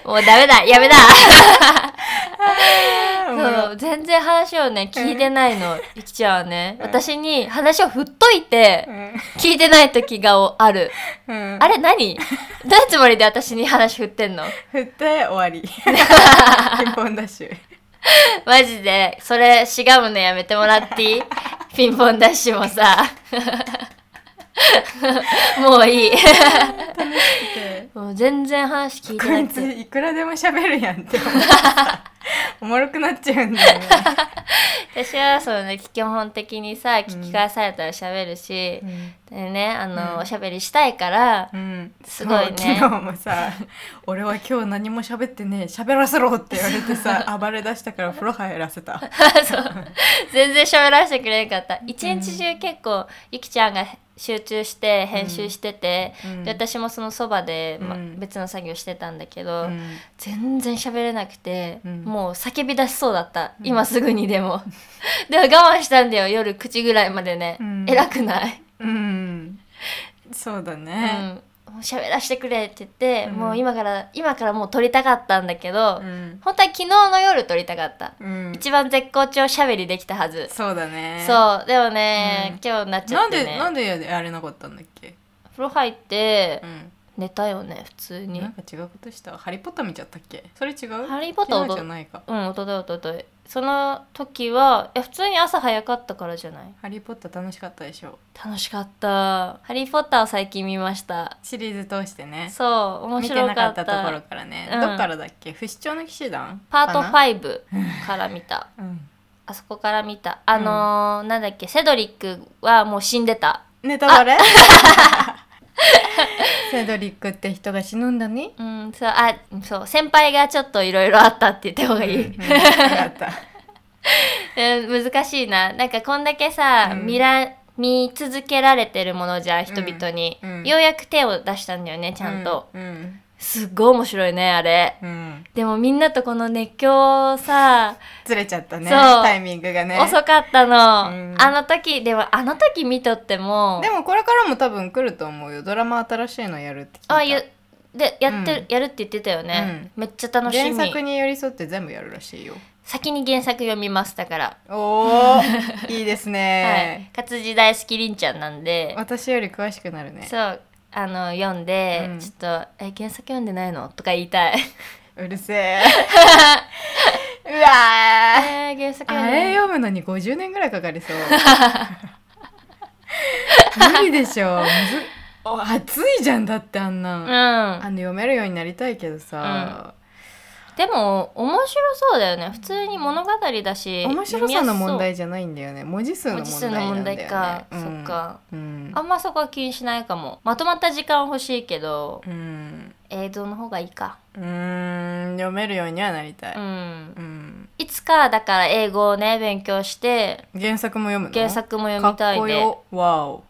[SPEAKER 1] もうダメだやめだそう全然話をね聞いてないの
[SPEAKER 2] [LAUGHS]
[SPEAKER 1] ゆきちゃんはね
[SPEAKER 2] うん
[SPEAKER 1] 私に話を振っといて
[SPEAKER 2] うん
[SPEAKER 1] 聞いてない時がある
[SPEAKER 2] うん
[SPEAKER 1] あれ
[SPEAKER 2] [LAUGHS]
[SPEAKER 1] 何どういうつもりで私に話振ってんの
[SPEAKER 2] 振って終わ
[SPEAKER 1] [LAUGHS]
[SPEAKER 2] りピンポンダッシュ
[SPEAKER 1] マジで、それ、しがむのやめてもらってい
[SPEAKER 2] [LAUGHS]
[SPEAKER 1] いピンポンダッシュもさ。 [LAUGHS] もういい。もう全然話聞いて
[SPEAKER 2] こ
[SPEAKER 1] ないく
[SPEAKER 2] つ
[SPEAKER 1] て。
[SPEAKER 2] いくらでも喋るやんって思って
[SPEAKER 1] [LAUGHS]
[SPEAKER 2] さおもろくなっちゃうんだよね、
[SPEAKER 1] 私は、そうね、基本的にさ、聞き返されたら喋るし、でね、あの、
[SPEAKER 2] うん
[SPEAKER 1] おしゃべりしたい
[SPEAKER 2] [LAUGHS]
[SPEAKER 1] から、
[SPEAKER 2] うん、
[SPEAKER 1] すごいね
[SPEAKER 2] そう昨日
[SPEAKER 1] [LAUGHS]
[SPEAKER 2] もさ「俺は今日何も喋ってねえ喋らせろ」って言われて
[SPEAKER 1] [LAUGHS]
[SPEAKER 2] さ暴れ出したから風呂入らせた
[SPEAKER 1] 全然喋らせてくれなかった。一日中結構、ゆきちゃんが集中して、編集してて、
[SPEAKER 2] うん
[SPEAKER 1] で私もそのそばで、ま
[SPEAKER 2] うん
[SPEAKER 1] 別の作業してたんだけど、
[SPEAKER 2] うん
[SPEAKER 1] 全然喋れなくて、
[SPEAKER 2] うん
[SPEAKER 1] もう叫び出しそうだった、
[SPEAKER 2] うん
[SPEAKER 1] 今すぐにでも [LAUGHS] でも我慢したんだよ夜口ぐらいまでね、
[SPEAKER 2] うん
[SPEAKER 1] 偉くない、
[SPEAKER 2] うんそうだ
[SPEAKER 1] う
[SPEAKER 2] ね、
[SPEAKER 1] ん、もう喋らせてくれって言って、
[SPEAKER 2] うん
[SPEAKER 1] もう今から今からもう撮りたかったんだけど、
[SPEAKER 2] うん
[SPEAKER 1] 本当は昨日の夜撮りたかった、
[SPEAKER 2] うん
[SPEAKER 1] 一番絶好調喋りできたはず、
[SPEAKER 2] そうだね
[SPEAKER 1] そうでもね、
[SPEAKER 2] うん
[SPEAKER 1] 今日なっちゃ
[SPEAKER 2] な
[SPEAKER 1] っ
[SPEAKER 2] ん
[SPEAKER 1] て
[SPEAKER 2] で
[SPEAKER 1] ね
[SPEAKER 2] なんでやれなかったんだっけ、
[SPEAKER 1] 風呂入って
[SPEAKER 2] うん、
[SPEAKER 1] 寝たよね普通に
[SPEAKER 2] なんか違うことしたハリー・ポッター見ちゃったっけそれ違う
[SPEAKER 1] ハリーポッター
[SPEAKER 2] 昨日
[SPEAKER 1] 踊
[SPEAKER 2] じ
[SPEAKER 1] っ
[SPEAKER 2] ゃないか
[SPEAKER 1] うん、おとといおととい。その時は、いや、普通に朝早かったからじゃない
[SPEAKER 2] ハリー・ポッター楽しかったでしょ
[SPEAKER 1] 楽しかった。ハリー・ポッターを最近見ました。
[SPEAKER 2] シリーズ通してね
[SPEAKER 1] そう、面
[SPEAKER 2] 見て
[SPEAKER 1] 白か
[SPEAKER 2] な
[SPEAKER 1] った。
[SPEAKER 2] かったところからね、
[SPEAKER 1] うん
[SPEAKER 2] どっからだっけ不死鳥の騎士団
[SPEAKER 1] パート
[SPEAKER 2] かな
[SPEAKER 1] 5から見
[SPEAKER 2] [LAUGHS]
[SPEAKER 1] た。
[SPEAKER 2] うん
[SPEAKER 1] あそこから見た。あのーなんだっけ、セドリックはもう死んでた。
[SPEAKER 2] ネタバレ [LAUGHS] セドリックって人が死ぬんだね
[SPEAKER 1] うん、そう、あ、そう、先輩がちょっといろいろあったって言った方がいい。
[SPEAKER 2] うんわかった
[SPEAKER 1] [LAUGHS] うん難しいななんかこんだけさ、
[SPEAKER 2] うん
[SPEAKER 1] 見ら見続けられてるものじゃん人々に、
[SPEAKER 2] うんうん
[SPEAKER 1] ようやく手を出したんだよねちゃんと、
[SPEAKER 2] うん
[SPEAKER 1] すっごい面白いねあれ
[SPEAKER 2] うん、うん
[SPEAKER 1] でもみんなとこの熱狂さ、
[SPEAKER 2] ずれちゃったね
[SPEAKER 1] そう
[SPEAKER 2] タイミングがね
[SPEAKER 1] 遅かったの、
[SPEAKER 2] うん
[SPEAKER 1] あの時でもあの時見とっても
[SPEAKER 2] でもこれからも多分来ると思うよドラマ新しいのやるって聞いた
[SPEAKER 1] あゆでやってる、やるって言ってたよね、めっちゃ楽しみ
[SPEAKER 2] 原作に寄り添って全部やるらしいよ
[SPEAKER 1] 先に原作読みますだから、
[SPEAKER 2] おお [LAUGHS] いいです
[SPEAKER 1] はい
[SPEAKER 2] ね、
[SPEAKER 1] 活字大好きりんちゃんなんで、
[SPEAKER 2] 私より詳しくなるね
[SPEAKER 1] そうあの読んで、
[SPEAKER 2] うん
[SPEAKER 1] ちょっと「え原作読んでないの?」とか言いたい
[SPEAKER 2] うるせえ [LAUGHS] うわー
[SPEAKER 1] えー、 [LAUGHS] 原作読ん
[SPEAKER 2] [LAUGHS] あ
[SPEAKER 1] で
[SPEAKER 2] れ
[SPEAKER 1] ない
[SPEAKER 2] 読むのに50年ぐらいかかりそう。無理でしょ。むずお暑いじゃんだってあん
[SPEAKER 1] う
[SPEAKER 2] な、あ
[SPEAKER 1] ん
[SPEAKER 2] の。読めるようになりたいけどさ、
[SPEAKER 1] でも、面白そうだよね。普通に物語だし。
[SPEAKER 2] 面白さの問
[SPEAKER 1] 読みや
[SPEAKER 2] 題じゃないんだよね文字数
[SPEAKER 1] すそう。
[SPEAKER 2] の
[SPEAKER 1] 文
[SPEAKER 2] 問
[SPEAKER 1] 字
[SPEAKER 2] 題
[SPEAKER 1] 数の
[SPEAKER 2] な
[SPEAKER 1] 問題か。
[SPEAKER 2] んだよねうん
[SPEAKER 1] そっか。
[SPEAKER 2] うん
[SPEAKER 1] あんまそこは気にしないかも。まとまった時間欲しいけど、
[SPEAKER 2] うん
[SPEAKER 1] 映像の方がいいか。、
[SPEAKER 2] うーん読めるようにはなりたいう
[SPEAKER 1] ん。
[SPEAKER 2] うん
[SPEAKER 1] いつか、だから英語をね、勉強して、
[SPEAKER 2] 原作も読むの
[SPEAKER 1] 原作も読みたい
[SPEAKER 2] かっこ
[SPEAKER 1] ね。 [LAUGHS]
[SPEAKER 2] よわお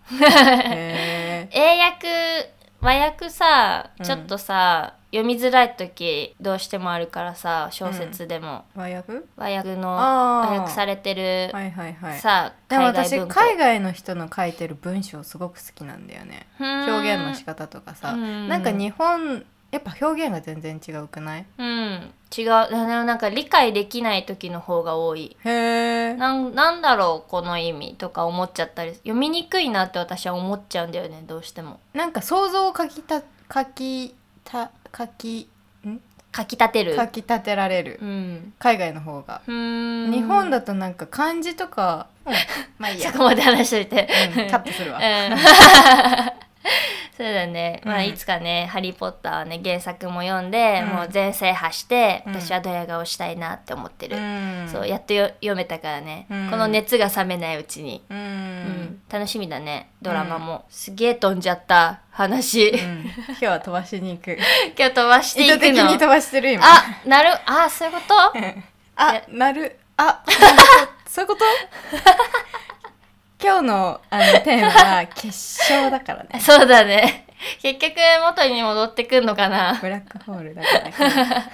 [SPEAKER 2] へえ
[SPEAKER 1] 英訳、和訳さ
[SPEAKER 2] う、ん
[SPEAKER 1] ちょっとさ、読みづらい時どうしてもあるからさ、小説でも。
[SPEAKER 2] 和訳
[SPEAKER 1] 和訳の、
[SPEAKER 2] あー
[SPEAKER 1] 和訳されてる、
[SPEAKER 2] はいはいはい
[SPEAKER 1] さあ、
[SPEAKER 2] でも
[SPEAKER 1] 海外
[SPEAKER 2] 私
[SPEAKER 1] 文化。
[SPEAKER 2] 海外の人の書いてる文章すごく好きなんだよね表現の仕
[SPEAKER 1] 方
[SPEAKER 2] 方とかさ
[SPEAKER 1] うん
[SPEAKER 2] なんか日本やっぱ表現が全然違うくない
[SPEAKER 1] うん違うあのなんか理解できない時の方が多い
[SPEAKER 2] へえ
[SPEAKER 1] なんなんだろうこの意味とか思っちゃったり読みにくいなって私は思っちゃうんだよねどうしても
[SPEAKER 2] なんか想像をかきたかきたかき
[SPEAKER 1] 書き立てる
[SPEAKER 2] かきたてられる
[SPEAKER 1] うん
[SPEAKER 2] 海外の方が
[SPEAKER 1] うーん
[SPEAKER 2] 日本だとなんか漢字とかまあいいや
[SPEAKER 1] そこまで話しといて、
[SPEAKER 2] うんカットするわ
[SPEAKER 1] うん [LAUGHS] そうだね、まあ
[SPEAKER 2] うん
[SPEAKER 1] いつかね「ハリー・ポッター」はね原作も読んで、
[SPEAKER 2] うん
[SPEAKER 1] もう全制覇して、
[SPEAKER 2] うん
[SPEAKER 1] 私はドヤ顔したいなって思ってる、
[SPEAKER 2] うん
[SPEAKER 1] そうやっとよ読めたからね、
[SPEAKER 2] うん
[SPEAKER 1] この熱が冷めないうちに、
[SPEAKER 2] う
[SPEAKER 1] うん
[SPEAKER 2] ん
[SPEAKER 1] 楽しみだねドラマも、すげえ飛んじゃった話、
[SPEAKER 2] うん今日は飛ばしに行く
[SPEAKER 1] [LAUGHS] 今日飛ばして
[SPEAKER 2] 意
[SPEAKER 1] い
[SPEAKER 2] 図的
[SPEAKER 1] く
[SPEAKER 2] に飛
[SPEAKER 1] の
[SPEAKER 2] ばしてる今
[SPEAKER 1] あなるあそういうこと
[SPEAKER 2] あ
[SPEAKER 1] え、
[SPEAKER 2] なる、あ、 [LAUGHS] そういうこと今日のあのテーマは決勝だからね。
[SPEAKER 1] そうだね [LAUGHS] 結局元に戻ってくんのかな
[SPEAKER 2] ブラックホール
[SPEAKER 1] [LAUGHS]
[SPEAKER 2] だから。穴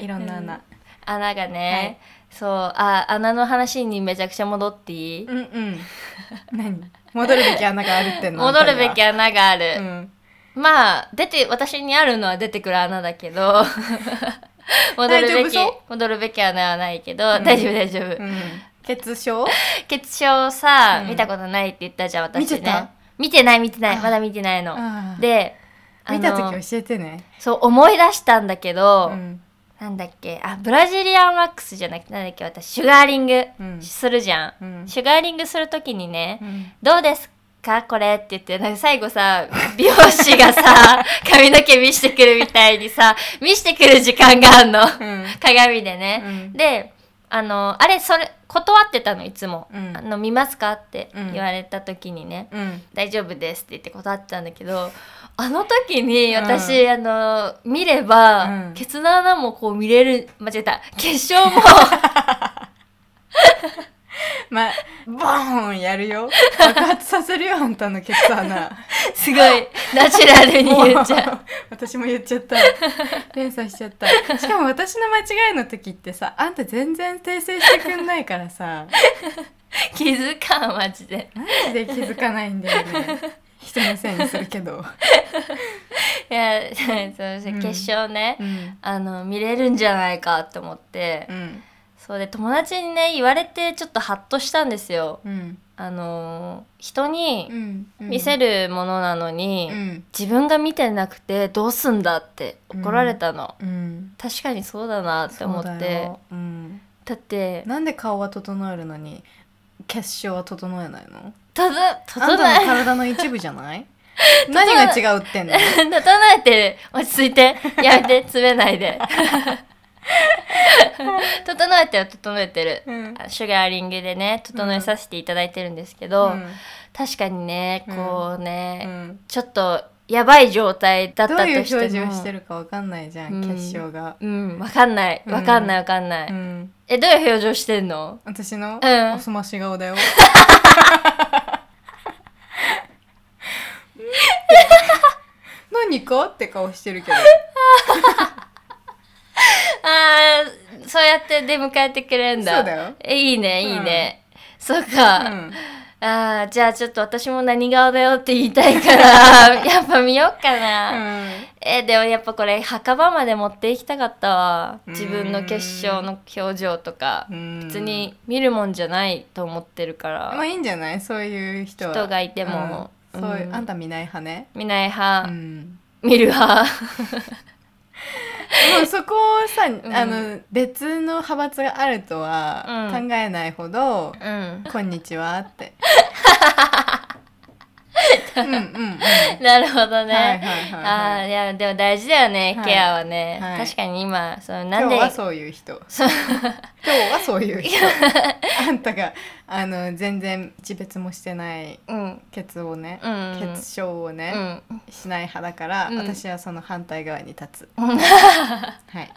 [SPEAKER 2] いろんな穴。
[SPEAKER 1] 穴がね、そうあ穴の話にめちゃくちゃ戻っていい、
[SPEAKER 2] うんうん。 [LAUGHS] 何戻るべき穴があるっての
[SPEAKER 1] [LAUGHS] 戻るべき
[SPEAKER 2] 穴。
[SPEAKER 1] 穴がある、
[SPEAKER 2] うん。
[SPEAKER 1] まあ出て私にあるのは出てくる穴だけ
[SPEAKER 2] [LAUGHS]
[SPEAKER 1] ど戻る
[SPEAKER 2] 大丈
[SPEAKER 1] べ
[SPEAKER 2] 夫
[SPEAKER 1] き
[SPEAKER 2] そう
[SPEAKER 1] 戻るべき穴はないけど、
[SPEAKER 2] うん
[SPEAKER 1] 大丈夫大丈夫、
[SPEAKER 2] うん。決勝
[SPEAKER 1] 決勝さ、
[SPEAKER 2] うん
[SPEAKER 1] 見たことないって言ったじゃん私ね
[SPEAKER 2] 見てた
[SPEAKER 1] 見てない見てない
[SPEAKER 2] あ
[SPEAKER 1] まだ見てないの
[SPEAKER 2] あー
[SPEAKER 1] であの
[SPEAKER 2] 見た時教えてね。
[SPEAKER 1] そう思い出したんだけど、
[SPEAKER 2] うん。
[SPEAKER 1] なんだっけあブラジリアンワックスじゃなくてなんだっけ私シュガーリング
[SPEAKER 2] うん
[SPEAKER 1] するじゃん、
[SPEAKER 2] うん。
[SPEAKER 1] シュガーリングする時にね、
[SPEAKER 2] うん
[SPEAKER 1] どうですかこれって言ってなんか最後さ [LAUGHS] 美容師が
[SPEAKER 2] [LAUGHS]
[SPEAKER 1] さ髪の毛見してくるみたいにさ見してくる時間があんの
[SPEAKER 2] うん。
[SPEAKER 1] 鏡でね、
[SPEAKER 2] うん
[SPEAKER 1] であのあれそれ断ってたのいつも、
[SPEAKER 2] うん
[SPEAKER 1] あの見ますかって
[SPEAKER 2] うん
[SPEAKER 1] 言われた時にね、
[SPEAKER 2] うん。
[SPEAKER 1] 大丈夫ですって言って断ってたんだけどあの時に私、あの見れば、
[SPEAKER 2] うん
[SPEAKER 1] ケツの穴もこう見れる間違えた決勝
[SPEAKER 2] [LAUGHS]
[SPEAKER 1] も
[SPEAKER 2] まあ、ボーンやるよ。爆発させるよ、あんたのケツ穴。
[SPEAKER 1] すごいナチュラルに言っちゃう。
[SPEAKER 2] もう [LAUGHS] 私も言っちゃった連鎖しちゃったしかも私の間違いの時ってさあんた全然訂正してくんないからさ
[SPEAKER 1] 気づかんマジで
[SPEAKER 2] マジで気づかないんだよね人のせいにするけど、
[SPEAKER 1] いや [LAUGHS] そうそう
[SPEAKER 2] うん
[SPEAKER 1] 決勝ね、
[SPEAKER 2] うん
[SPEAKER 1] あの見れるんじゃないかと思って、
[SPEAKER 2] うん
[SPEAKER 1] そうで友達にね言われてちょっとハッとしたんですよ
[SPEAKER 2] うん
[SPEAKER 1] あのー人に
[SPEAKER 2] うん、
[SPEAKER 1] 見せる
[SPEAKER 2] る、
[SPEAKER 1] ものなのに、
[SPEAKER 2] うん
[SPEAKER 1] 自分が見てなくてどうすんだって怒られたの、
[SPEAKER 2] うん、
[SPEAKER 1] 確かにそうだなって思って
[SPEAKER 2] そうだ
[SPEAKER 1] だ
[SPEAKER 2] よ、うん、
[SPEAKER 1] って
[SPEAKER 2] なんで顔は整えるのに決勝は整えないの
[SPEAKER 1] ただ整
[SPEAKER 2] あんたの
[SPEAKER 1] え
[SPEAKER 2] 体の一部じゃない何が違うってんの
[SPEAKER 1] 整えて落ち着い
[SPEAKER 2] [LAUGHS]
[SPEAKER 1] てやめて詰めないで [LAUGHS] 整えては整えてる、
[SPEAKER 2] うん
[SPEAKER 1] [LAUGHS] あシュガーリングでね整えさせていただいてるんですけど、確かにね
[SPEAKER 2] うん
[SPEAKER 1] こうね、
[SPEAKER 2] うん
[SPEAKER 1] ちょっとやばい状態だった
[SPEAKER 2] ど
[SPEAKER 1] と
[SPEAKER 2] ういう
[SPEAKER 1] しても
[SPEAKER 2] 表情してるかわかんないじゃん、
[SPEAKER 1] うん
[SPEAKER 2] 決勝が。
[SPEAKER 1] うんわかんないわかんないわかんない、
[SPEAKER 2] うん、
[SPEAKER 1] えどういう表情してんの
[SPEAKER 2] 私の
[SPEAKER 1] うん
[SPEAKER 2] おすまし
[SPEAKER 1] [LAUGHS]
[SPEAKER 2] 顔だよ。何かって顔してるけど。
[SPEAKER 1] あーそうやって出迎えてくれるんだ
[SPEAKER 2] そうだよ
[SPEAKER 1] えいいねいいね、そうか、あーじゃあちょっと私も何顔だよって言いたいから
[SPEAKER 2] [LAUGHS]
[SPEAKER 1] やっぱ見よっか
[SPEAKER 2] う
[SPEAKER 1] な、
[SPEAKER 2] ん。
[SPEAKER 1] えでもやっぱこれ墓場まで持っていきたかったわ
[SPEAKER 2] うん
[SPEAKER 1] 自分の決勝の表情とか、
[SPEAKER 2] うん。
[SPEAKER 1] 別。に見るもんじゃないと思ってるから、
[SPEAKER 2] まあいいんじゃないそういう人は。
[SPEAKER 1] 人がいても
[SPEAKER 2] うんそういう、
[SPEAKER 1] うん
[SPEAKER 2] あんた見ない派ね。
[SPEAKER 1] 見ないう派、
[SPEAKER 2] ん。
[SPEAKER 1] 見る派
[SPEAKER 2] もうそこをさ、
[SPEAKER 1] ん
[SPEAKER 2] あの、別の派閥があるとは
[SPEAKER 1] う
[SPEAKER 2] 考
[SPEAKER 1] ん
[SPEAKER 2] えないほど、
[SPEAKER 1] [LAUGHS] うん
[SPEAKER 2] こんにちはって。うんうんうん。
[SPEAKER 1] [LAUGHS] なるほどね。
[SPEAKER 2] はいはいはい
[SPEAKER 1] あ
[SPEAKER 2] は
[SPEAKER 1] あ、
[SPEAKER 2] い。
[SPEAKER 1] いや、でも大事だよね、
[SPEAKER 2] はい
[SPEAKER 1] ケアはね。
[SPEAKER 2] はい
[SPEAKER 1] 確かに今、その、な
[SPEAKER 2] 今
[SPEAKER 1] ん
[SPEAKER 2] 日
[SPEAKER 1] で、
[SPEAKER 2] はそうい
[SPEAKER 1] [LAUGHS]
[SPEAKER 2] う人。
[SPEAKER 1] そう
[SPEAKER 2] 今日はそ
[SPEAKER 1] [LAUGHS]
[SPEAKER 2] ういう人。あんたがあの全然自別もしてない
[SPEAKER 1] うん、
[SPEAKER 2] ケツをね、
[SPEAKER 1] うん
[SPEAKER 2] ケツ症をね、
[SPEAKER 1] うん。
[SPEAKER 2] しない派だから、
[SPEAKER 1] うん
[SPEAKER 2] 私はその反対側に立
[SPEAKER 1] [LAUGHS]
[SPEAKER 2] つ。はい。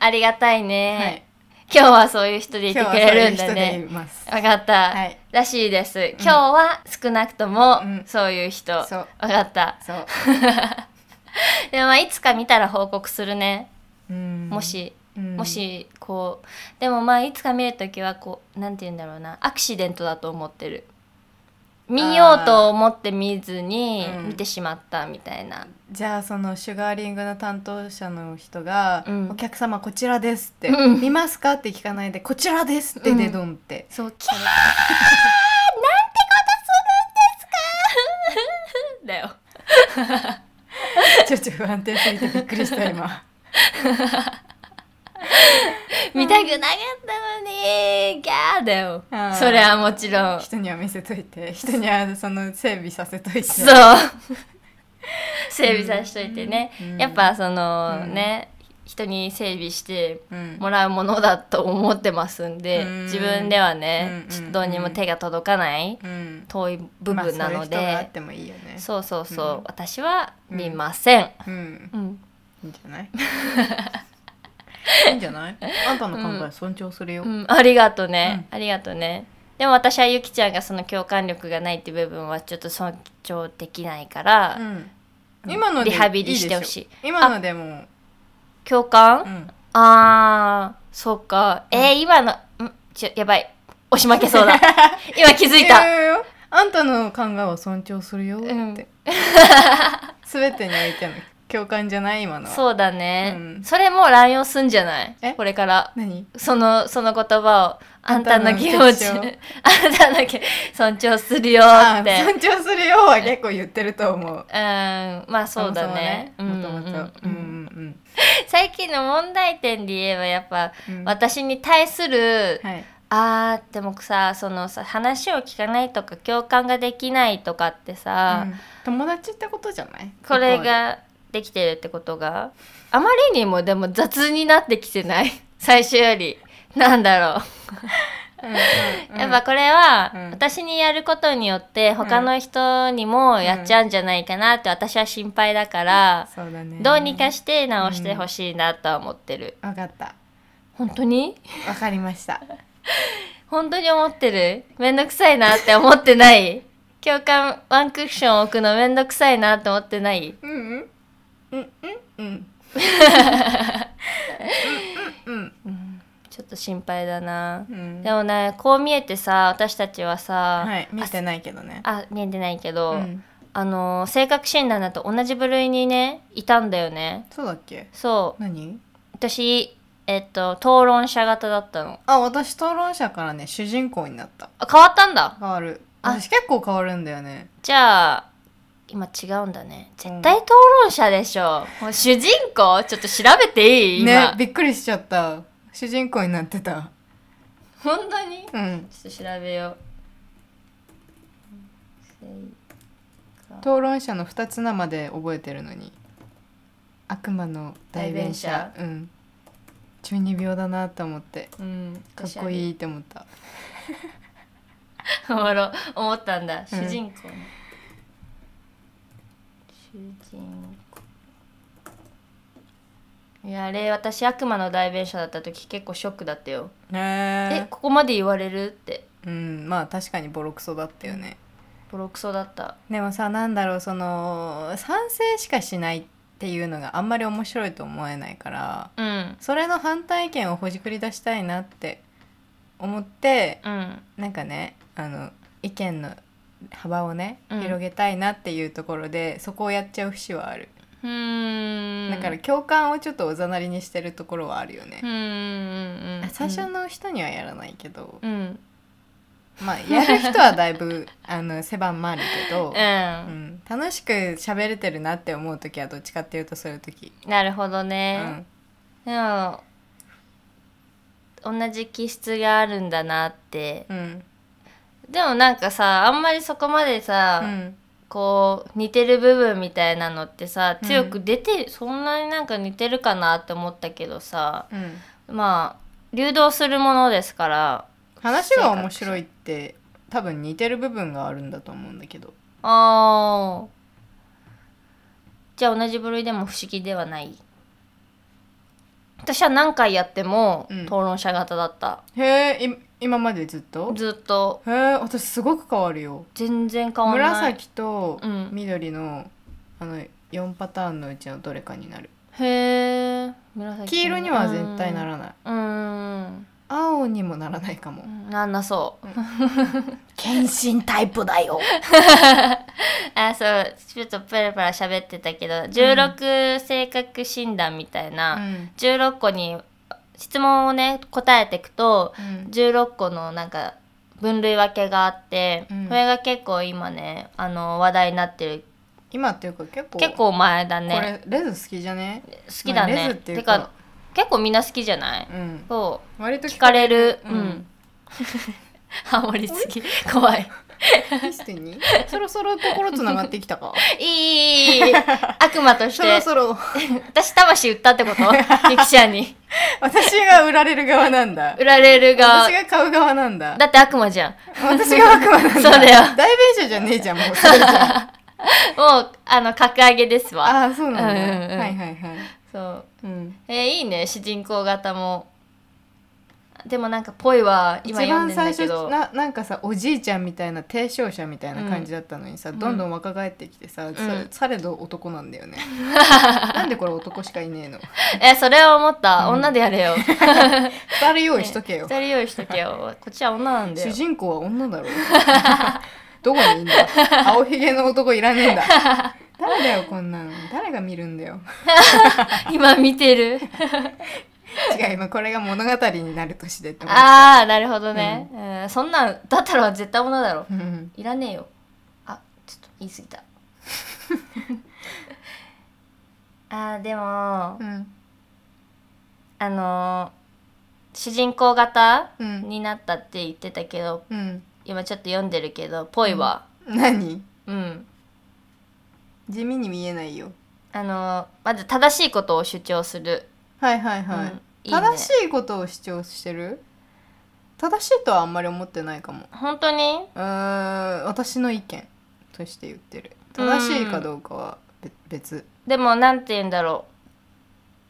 [SPEAKER 1] ありがたい
[SPEAKER 2] はい
[SPEAKER 1] ね。。今日はそういう人でいてくれるんだ
[SPEAKER 2] 今日はそういう人で
[SPEAKER 1] ね。
[SPEAKER 2] います。
[SPEAKER 1] わかった、
[SPEAKER 2] はい。
[SPEAKER 1] らしいです。今日は少なくとも
[SPEAKER 2] うん
[SPEAKER 1] そういう人。わ、
[SPEAKER 2] そう
[SPEAKER 1] かった。
[SPEAKER 2] そう。
[SPEAKER 1] でもまあいつか見たら報告するね。
[SPEAKER 2] うん
[SPEAKER 1] も、し、
[SPEAKER 2] うん
[SPEAKER 1] も。しこうでもまあいつか見るときはこうなんて言うんだろうなアクシデントだと思ってる。見ようと思って見ずに
[SPEAKER 2] あーうん
[SPEAKER 1] 見てしまったみたいな。
[SPEAKER 2] じゃあそのシュガーリングの担当者の人が「
[SPEAKER 1] うん
[SPEAKER 2] お客様こちらです」って「
[SPEAKER 1] うん
[SPEAKER 2] 見ますか?」って聞かないで「こちらです」って
[SPEAKER 1] うん
[SPEAKER 2] でどんって、
[SPEAKER 1] そうキャーなんてことするんですか [LAUGHS] だよ。
[SPEAKER 2] ちょっと不安定すぎてびっくりした今
[SPEAKER 1] 見たくなかったのにギャーだよ
[SPEAKER 2] あー
[SPEAKER 1] [LAUGHS] それはもちろん
[SPEAKER 2] 人には見せといて人にはその整備させといて
[SPEAKER 1] そう整備させといてね、
[SPEAKER 2] うん
[SPEAKER 1] やっぱその、
[SPEAKER 2] うん
[SPEAKER 1] ね人に整備して
[SPEAKER 2] うん
[SPEAKER 1] もらうものだと思ってますんで、
[SPEAKER 2] うん
[SPEAKER 1] 自分ではね、
[SPEAKER 2] うん
[SPEAKER 1] ちょっとどうにも手が届かない
[SPEAKER 2] うん
[SPEAKER 1] 遠い部
[SPEAKER 2] まあ
[SPEAKER 1] 分なので、
[SPEAKER 2] そういう人があってもいいよね
[SPEAKER 1] そうそうそう、
[SPEAKER 2] うん
[SPEAKER 1] 私は見ません、
[SPEAKER 2] うん
[SPEAKER 1] うん、
[SPEAKER 2] いいんじゃない
[SPEAKER 1] [LAUGHS]
[SPEAKER 2] いいんじゃないあんたの考え尊重するよ、
[SPEAKER 1] うん、ありがとね、ありがとねでも私はゆきちゃんがその共感力がないって部分はちょっと尊重できないから、
[SPEAKER 2] うん今ので
[SPEAKER 1] リハビリしてほしい
[SPEAKER 2] いでょ今のでも
[SPEAKER 1] 共感、
[SPEAKER 2] うん
[SPEAKER 1] あーそうかえー今のんちょやばい押し負けそう
[SPEAKER 2] [LAUGHS]
[SPEAKER 1] だ今気づいた
[SPEAKER 2] やよあんたの考えを尊重するよって、
[SPEAKER 1] うん
[SPEAKER 2] 全てにおいての共感じゃない今のは
[SPEAKER 1] そうだね、
[SPEAKER 2] うん
[SPEAKER 1] それもう乱用すんじゃない
[SPEAKER 2] え
[SPEAKER 1] これから
[SPEAKER 2] 何
[SPEAKER 1] そのその言葉をあんたの気持ち [LAUGHS]
[SPEAKER 2] あ
[SPEAKER 1] あ
[SPEAKER 2] ん
[SPEAKER 1] ん
[SPEAKER 2] たの
[SPEAKER 1] たの気尊重するよ
[SPEAKER 2] あ
[SPEAKER 1] って
[SPEAKER 2] 尊重するよは結構言ってると思う
[SPEAKER 1] うんまあそうだね
[SPEAKER 2] そもそもねもともと
[SPEAKER 1] う
[SPEAKER 2] うん
[SPEAKER 1] う
[SPEAKER 2] んうん
[SPEAKER 1] うん
[SPEAKER 2] ん
[SPEAKER 1] 最近の問題点で言えばやっぱ
[SPEAKER 2] うん
[SPEAKER 1] 私に対する、
[SPEAKER 2] はい
[SPEAKER 1] あーでもさそのさ話を聞かないとか共感ができないとかってさ、
[SPEAKER 2] うん友達ってことじゃない
[SPEAKER 1] これができてるってことがあまりにもでも雑になってきてない [LAUGHS] 最初よりなんだろ
[SPEAKER 2] うん
[SPEAKER 1] う、
[SPEAKER 2] うん
[SPEAKER 1] やっぱこれは、
[SPEAKER 2] うん
[SPEAKER 1] 私にやることによって他の人にもやっちゃうんじゃないかなって私は心配だから、
[SPEAKER 2] そうだね
[SPEAKER 1] どうにかして直してほしいなとは思ってる、
[SPEAKER 2] わかった
[SPEAKER 1] 本当に
[SPEAKER 2] わかりま
[SPEAKER 1] [LAUGHS]
[SPEAKER 2] した
[SPEAKER 1] 本当に思ってるめんどくさいなって思ってない [LAUGHS] 共感ワンクッション置くのめんどくさいなって思ってない
[SPEAKER 2] うんうんうんうんうんうん
[SPEAKER 1] ちょっと心配だな、
[SPEAKER 2] うん
[SPEAKER 1] でもねこう見えてさ私たちはさ、
[SPEAKER 2] はい見てないけどね
[SPEAKER 1] あ見えてないけど、
[SPEAKER 2] うん
[SPEAKER 1] あの性格診断だと同じ部類にねいたんだよね
[SPEAKER 2] そうだっけ
[SPEAKER 1] そう
[SPEAKER 2] 何
[SPEAKER 1] 私えっと討論者型だったの
[SPEAKER 2] あ私討論者からね主人公になった
[SPEAKER 1] あ変わったんだ
[SPEAKER 2] 変わる
[SPEAKER 1] あ
[SPEAKER 2] 私結構変わるんだよね
[SPEAKER 1] じゃあ今違うんだね絶対討論者でしょ、もう主人公ちょっと調べていい
[SPEAKER 2] ね
[SPEAKER 1] 今、
[SPEAKER 2] びっくりしちゃった主人公になってた
[SPEAKER 1] 本当に
[SPEAKER 2] うん
[SPEAKER 1] ちょっと調べよう
[SPEAKER 2] 討論者の二つ名まで覚えてるのに悪魔の代弁者うん中二病だなと思って
[SPEAKER 1] うん
[SPEAKER 2] かっこいいって思った
[SPEAKER 1] おもろ思ったんだ主
[SPEAKER 2] うん
[SPEAKER 1] 人公の、主人公いやあれ私悪魔の代弁者だった時結構ショックだったよ、え
[SPEAKER 2] へ
[SPEAKER 1] ここまで言われるって
[SPEAKER 2] えうんまあ確かにボロクソだったよね
[SPEAKER 1] ボロクソだった
[SPEAKER 2] でもさなんだろうその賛成しかしないっていうのがあんまり面白いと思えないから
[SPEAKER 1] うん
[SPEAKER 2] それの反対意見をほじくり出したいなって思って
[SPEAKER 1] うん
[SPEAKER 2] なんかねあの意見の幅をね
[SPEAKER 1] うん
[SPEAKER 2] 広げたいなっていうところで、そこをやっちゃう節はある、
[SPEAKER 1] うーん
[SPEAKER 2] だから共感をちょっとおざなりにしてるところはあるよ
[SPEAKER 1] う
[SPEAKER 2] ね、
[SPEAKER 1] ーん
[SPEAKER 2] 最初の人にはやらないけど、
[SPEAKER 1] うんうん
[SPEAKER 2] まあやる人はだいぶあの狭まるけ
[SPEAKER 1] [LAUGHS]
[SPEAKER 2] ど、
[SPEAKER 1] うん
[SPEAKER 2] うん楽しく喋れてるなって思う時はどっちかっていうとそういう時、
[SPEAKER 1] なるほど
[SPEAKER 2] う
[SPEAKER 1] ね、
[SPEAKER 2] ん、
[SPEAKER 1] でも同じ気質があるんだなって
[SPEAKER 2] うん
[SPEAKER 1] でもなんかさあんまりそこまでさ、
[SPEAKER 2] うん
[SPEAKER 1] こう似てる部分みたいなのってさ
[SPEAKER 2] うん
[SPEAKER 1] 強く出て、そんなになんか似てるかなって思ったけどさ
[SPEAKER 2] うん、
[SPEAKER 1] まあ流動するものですから
[SPEAKER 2] 話が面白いって多分似てる部分があるんだと思うんだけど
[SPEAKER 1] あーじゃあ同じ部類でも不思議ではない私は何回やっても
[SPEAKER 2] うん
[SPEAKER 1] 討論者型だった、
[SPEAKER 2] へえい今までずっと
[SPEAKER 1] ずっと
[SPEAKER 2] へえ私すごく変わるよ
[SPEAKER 1] 全然変わんない
[SPEAKER 2] 紫と
[SPEAKER 1] うん
[SPEAKER 2] 緑の、あの4パターンのうちのどれかになる
[SPEAKER 1] へえ紫
[SPEAKER 2] 黄色には絶対ならない
[SPEAKER 1] うんうん
[SPEAKER 2] 青にもならないかも
[SPEAKER 1] なんなそう
[SPEAKER 2] 献身タイプだよ
[SPEAKER 1] あそうちょっとペラペラ喋ってたけど16性格診断みたいな、
[SPEAKER 2] うん
[SPEAKER 1] 16個に質問をね答えていくと
[SPEAKER 2] うん
[SPEAKER 1] 16個のなんか分類分けがあって、
[SPEAKER 2] うん
[SPEAKER 1] これが結構今ねあの話題になってる
[SPEAKER 2] 今っていうか結構
[SPEAKER 1] 結構前だ
[SPEAKER 2] こ
[SPEAKER 1] ね
[SPEAKER 2] れレズ好きじゃね
[SPEAKER 1] 好きだね、
[SPEAKER 2] まあレズっていう
[SPEAKER 1] て
[SPEAKER 2] か
[SPEAKER 1] か結構みんな好きじゃない、
[SPEAKER 2] うん
[SPEAKER 1] そ
[SPEAKER 2] 割と
[SPEAKER 1] う聞かれるう、
[SPEAKER 2] うんん
[SPEAKER 1] ハモりすぎ [LAUGHS] 怖い
[SPEAKER 2] ミスティにそろそろ心つながってきた
[SPEAKER 1] [LAUGHS]
[SPEAKER 2] か
[SPEAKER 1] い
[SPEAKER 2] [LAUGHS]
[SPEAKER 1] い悪魔とし
[SPEAKER 2] そろ
[SPEAKER 1] て
[SPEAKER 2] そろ
[SPEAKER 1] 私魂売ったってこと [LAUGHS] ゆきちゃんに
[SPEAKER 2] 私が売られる側なんだ
[SPEAKER 1] 売られるが
[SPEAKER 2] 私が買う側なんだ
[SPEAKER 1] だって悪魔じゃん
[SPEAKER 2] 私が悪魔なんだ
[SPEAKER 1] そうだよ
[SPEAKER 2] 代弁者じゃねえじゃんもうそれじゃあ
[SPEAKER 1] もうあの格上げですわ
[SPEAKER 2] あ
[SPEAKER 1] [LAUGHS]
[SPEAKER 2] ーそうなんだ、
[SPEAKER 1] うんうんうん
[SPEAKER 2] はいはいはい
[SPEAKER 1] そう
[SPEAKER 2] うん
[SPEAKER 1] えーいいね主人公型もでもなんかぽいは今読んでんだけ
[SPEAKER 2] 一
[SPEAKER 1] ど
[SPEAKER 2] 番最初ななんかさおじいちゃんみたいな提唱者みたいな感じだったのにさ、
[SPEAKER 1] ん
[SPEAKER 2] どんどん若返ってきてさ、さ
[SPEAKER 1] うん
[SPEAKER 2] されど男なん
[SPEAKER 1] [LAUGHS]
[SPEAKER 2] だよねなんでこれ男しかいねえの
[SPEAKER 1] えそれは思った、
[SPEAKER 2] うん
[SPEAKER 1] 女でやれよ
[SPEAKER 2] 二人 [LAUGHS] 用意しとけよ、
[SPEAKER 1] 二人用意しとけよこっちは女なんだ
[SPEAKER 2] 主
[SPEAKER 1] よ
[SPEAKER 2] 人公は
[SPEAKER 1] [LAUGHS]
[SPEAKER 2] 女だろどこにいんだ青ひげの男いらねえんだ誰だよこんなの誰が見るんだよ
[SPEAKER 1] 今見てる
[SPEAKER 2] [LAUGHS] 違う今これが物語になるとしてって思った
[SPEAKER 1] ああなるほどね、うんそんなんだったら絶対女だろ
[SPEAKER 2] うん
[SPEAKER 1] いらねえよあちょっと言い過ぎ
[SPEAKER 2] [LAUGHS]
[SPEAKER 1] たあーでも
[SPEAKER 2] うん
[SPEAKER 1] あのー主人公型
[SPEAKER 2] うん
[SPEAKER 1] になったって言ってたけど
[SPEAKER 2] うん
[SPEAKER 1] 今ちょっと読んでるけどぽいは
[SPEAKER 2] 何
[SPEAKER 1] うん
[SPEAKER 2] 地味に見えないよ
[SPEAKER 1] あのまず正しいことを主張する。
[SPEAKER 2] はいはいはい、
[SPEAKER 1] うんいいね
[SPEAKER 2] 正しいことを主張してる正しいとはあんまり思ってないかも
[SPEAKER 1] 本当に
[SPEAKER 2] うーん私の意見として言ってる正しいかどうかはべ別
[SPEAKER 1] でもなんて言うんだろ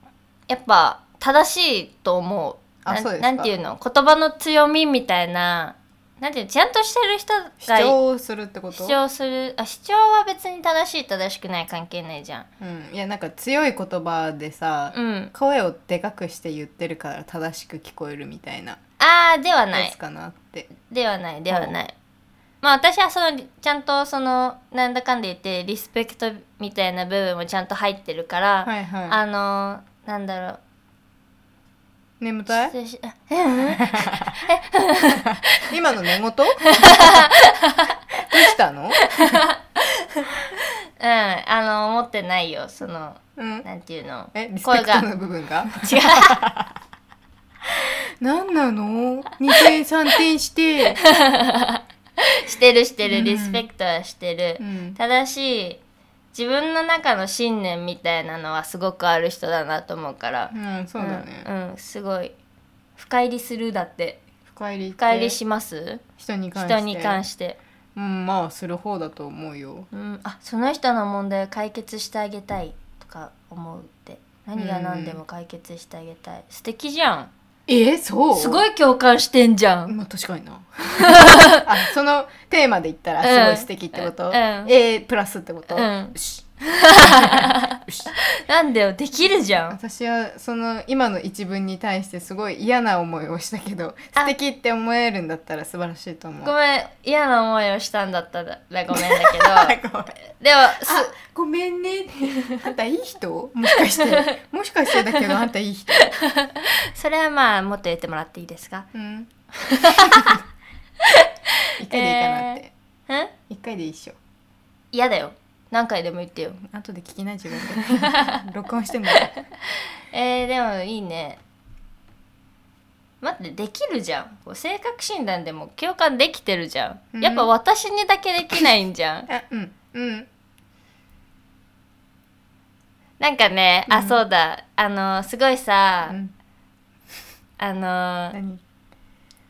[SPEAKER 1] う。やっぱ正しいと思う。
[SPEAKER 2] あ
[SPEAKER 1] な
[SPEAKER 2] そうですか
[SPEAKER 1] なんて言うの言葉の強みみたいな。なんていうのちゃんとしてる人が
[SPEAKER 2] 主張をするってこ
[SPEAKER 1] 主
[SPEAKER 2] と
[SPEAKER 1] 張するあ主張は別に正しい正しくない関係ないじゃん。
[SPEAKER 2] うん、いやなんか強い言葉でさ、
[SPEAKER 1] うん。
[SPEAKER 2] 声をでかくして言ってるから正しく聞こえるみたいな
[SPEAKER 1] ああではな
[SPEAKER 2] や
[SPEAKER 1] い
[SPEAKER 2] つ。かなって
[SPEAKER 1] ではないではない。まあ私はそのちゃんとそのなんだかんで言ってリスペクトみたいな部分もちゃんと入ってるから、
[SPEAKER 2] はいはい、
[SPEAKER 1] あのなんだろう
[SPEAKER 2] 眠たい
[SPEAKER 1] 失礼しうん
[SPEAKER 2] 今の寝言どうしたの、
[SPEAKER 1] うん、あの思ってないよその
[SPEAKER 2] うん、
[SPEAKER 1] なんていうの
[SPEAKER 2] えリスペ
[SPEAKER 1] 声
[SPEAKER 2] クト
[SPEAKER 1] が
[SPEAKER 2] の部分
[SPEAKER 1] 違
[SPEAKER 2] が
[SPEAKER 1] う
[SPEAKER 2] [LAUGHS] なんなの二点三点
[SPEAKER 1] [LAUGHS]
[SPEAKER 2] して、
[SPEAKER 1] してるしてる
[SPEAKER 2] うん
[SPEAKER 1] リスペクトはしてる、
[SPEAKER 2] ん、
[SPEAKER 1] 正しい自分の中の信念みたいなのはすごくある人だなと思うから、
[SPEAKER 2] うん、そうだね、
[SPEAKER 1] うん、うんすごい深入りするだって
[SPEAKER 2] 深入りって
[SPEAKER 1] 深入りします
[SPEAKER 2] 人に関して
[SPEAKER 1] 人に関して、
[SPEAKER 2] うんまあする方だと思うよ
[SPEAKER 1] うん、あその人の問題を解決してあげたいとか思うって何が何でも解決してあげたい、素敵じゃん
[SPEAKER 2] えそう
[SPEAKER 1] すごい共感してんじゃん。
[SPEAKER 2] まあ確かに
[SPEAKER 1] [LAUGHS]
[SPEAKER 2] なあそのテーマで言ったらすごい素敵ってこと、
[SPEAKER 1] うんうん
[SPEAKER 2] A プラスってこと、
[SPEAKER 1] うん
[SPEAKER 2] よしよし
[SPEAKER 1] なんだよ、できるじゃん。
[SPEAKER 2] 私はその今の一文に対してすごい嫌な思いをしたけど
[SPEAKER 1] あ
[SPEAKER 2] 素敵って思えるんだったら素晴らしいと思う
[SPEAKER 1] ごめん、嫌な思いをしたんだったらごめん
[SPEAKER 2] [LAUGHS]
[SPEAKER 1] だけ
[SPEAKER 2] ごめん
[SPEAKER 1] ど。でも、す
[SPEAKER 2] あごめん [LAUGHS] ねってあんたいい人もしか [LAUGHS] してもしかしてだけどあんたいい [LAUGHS] 人、
[SPEAKER 1] それはまあ、もっと言ってもらっていいですか
[SPEAKER 2] [LAUGHS] うん、一回でいいかなって、
[SPEAKER 1] うん
[SPEAKER 2] 一回でいいっしょ
[SPEAKER 1] 嫌だよ。何回でも言ってよ。
[SPEAKER 2] 後で聞きな自分 [LAUGHS] で録音してんだよ
[SPEAKER 1] えー、でもいいね。待って、できるじゃん。こう性格診断でも共感できてるじゃ。
[SPEAKER 2] うんん [LAUGHS]
[SPEAKER 1] やっぱ私にだけできないんじゃん。
[SPEAKER 2] あうんうん。
[SPEAKER 1] なんかね、
[SPEAKER 2] う
[SPEAKER 1] あ、
[SPEAKER 2] ん
[SPEAKER 1] そうだ。あの、すごいさ
[SPEAKER 2] う、ん
[SPEAKER 1] あの、
[SPEAKER 2] 何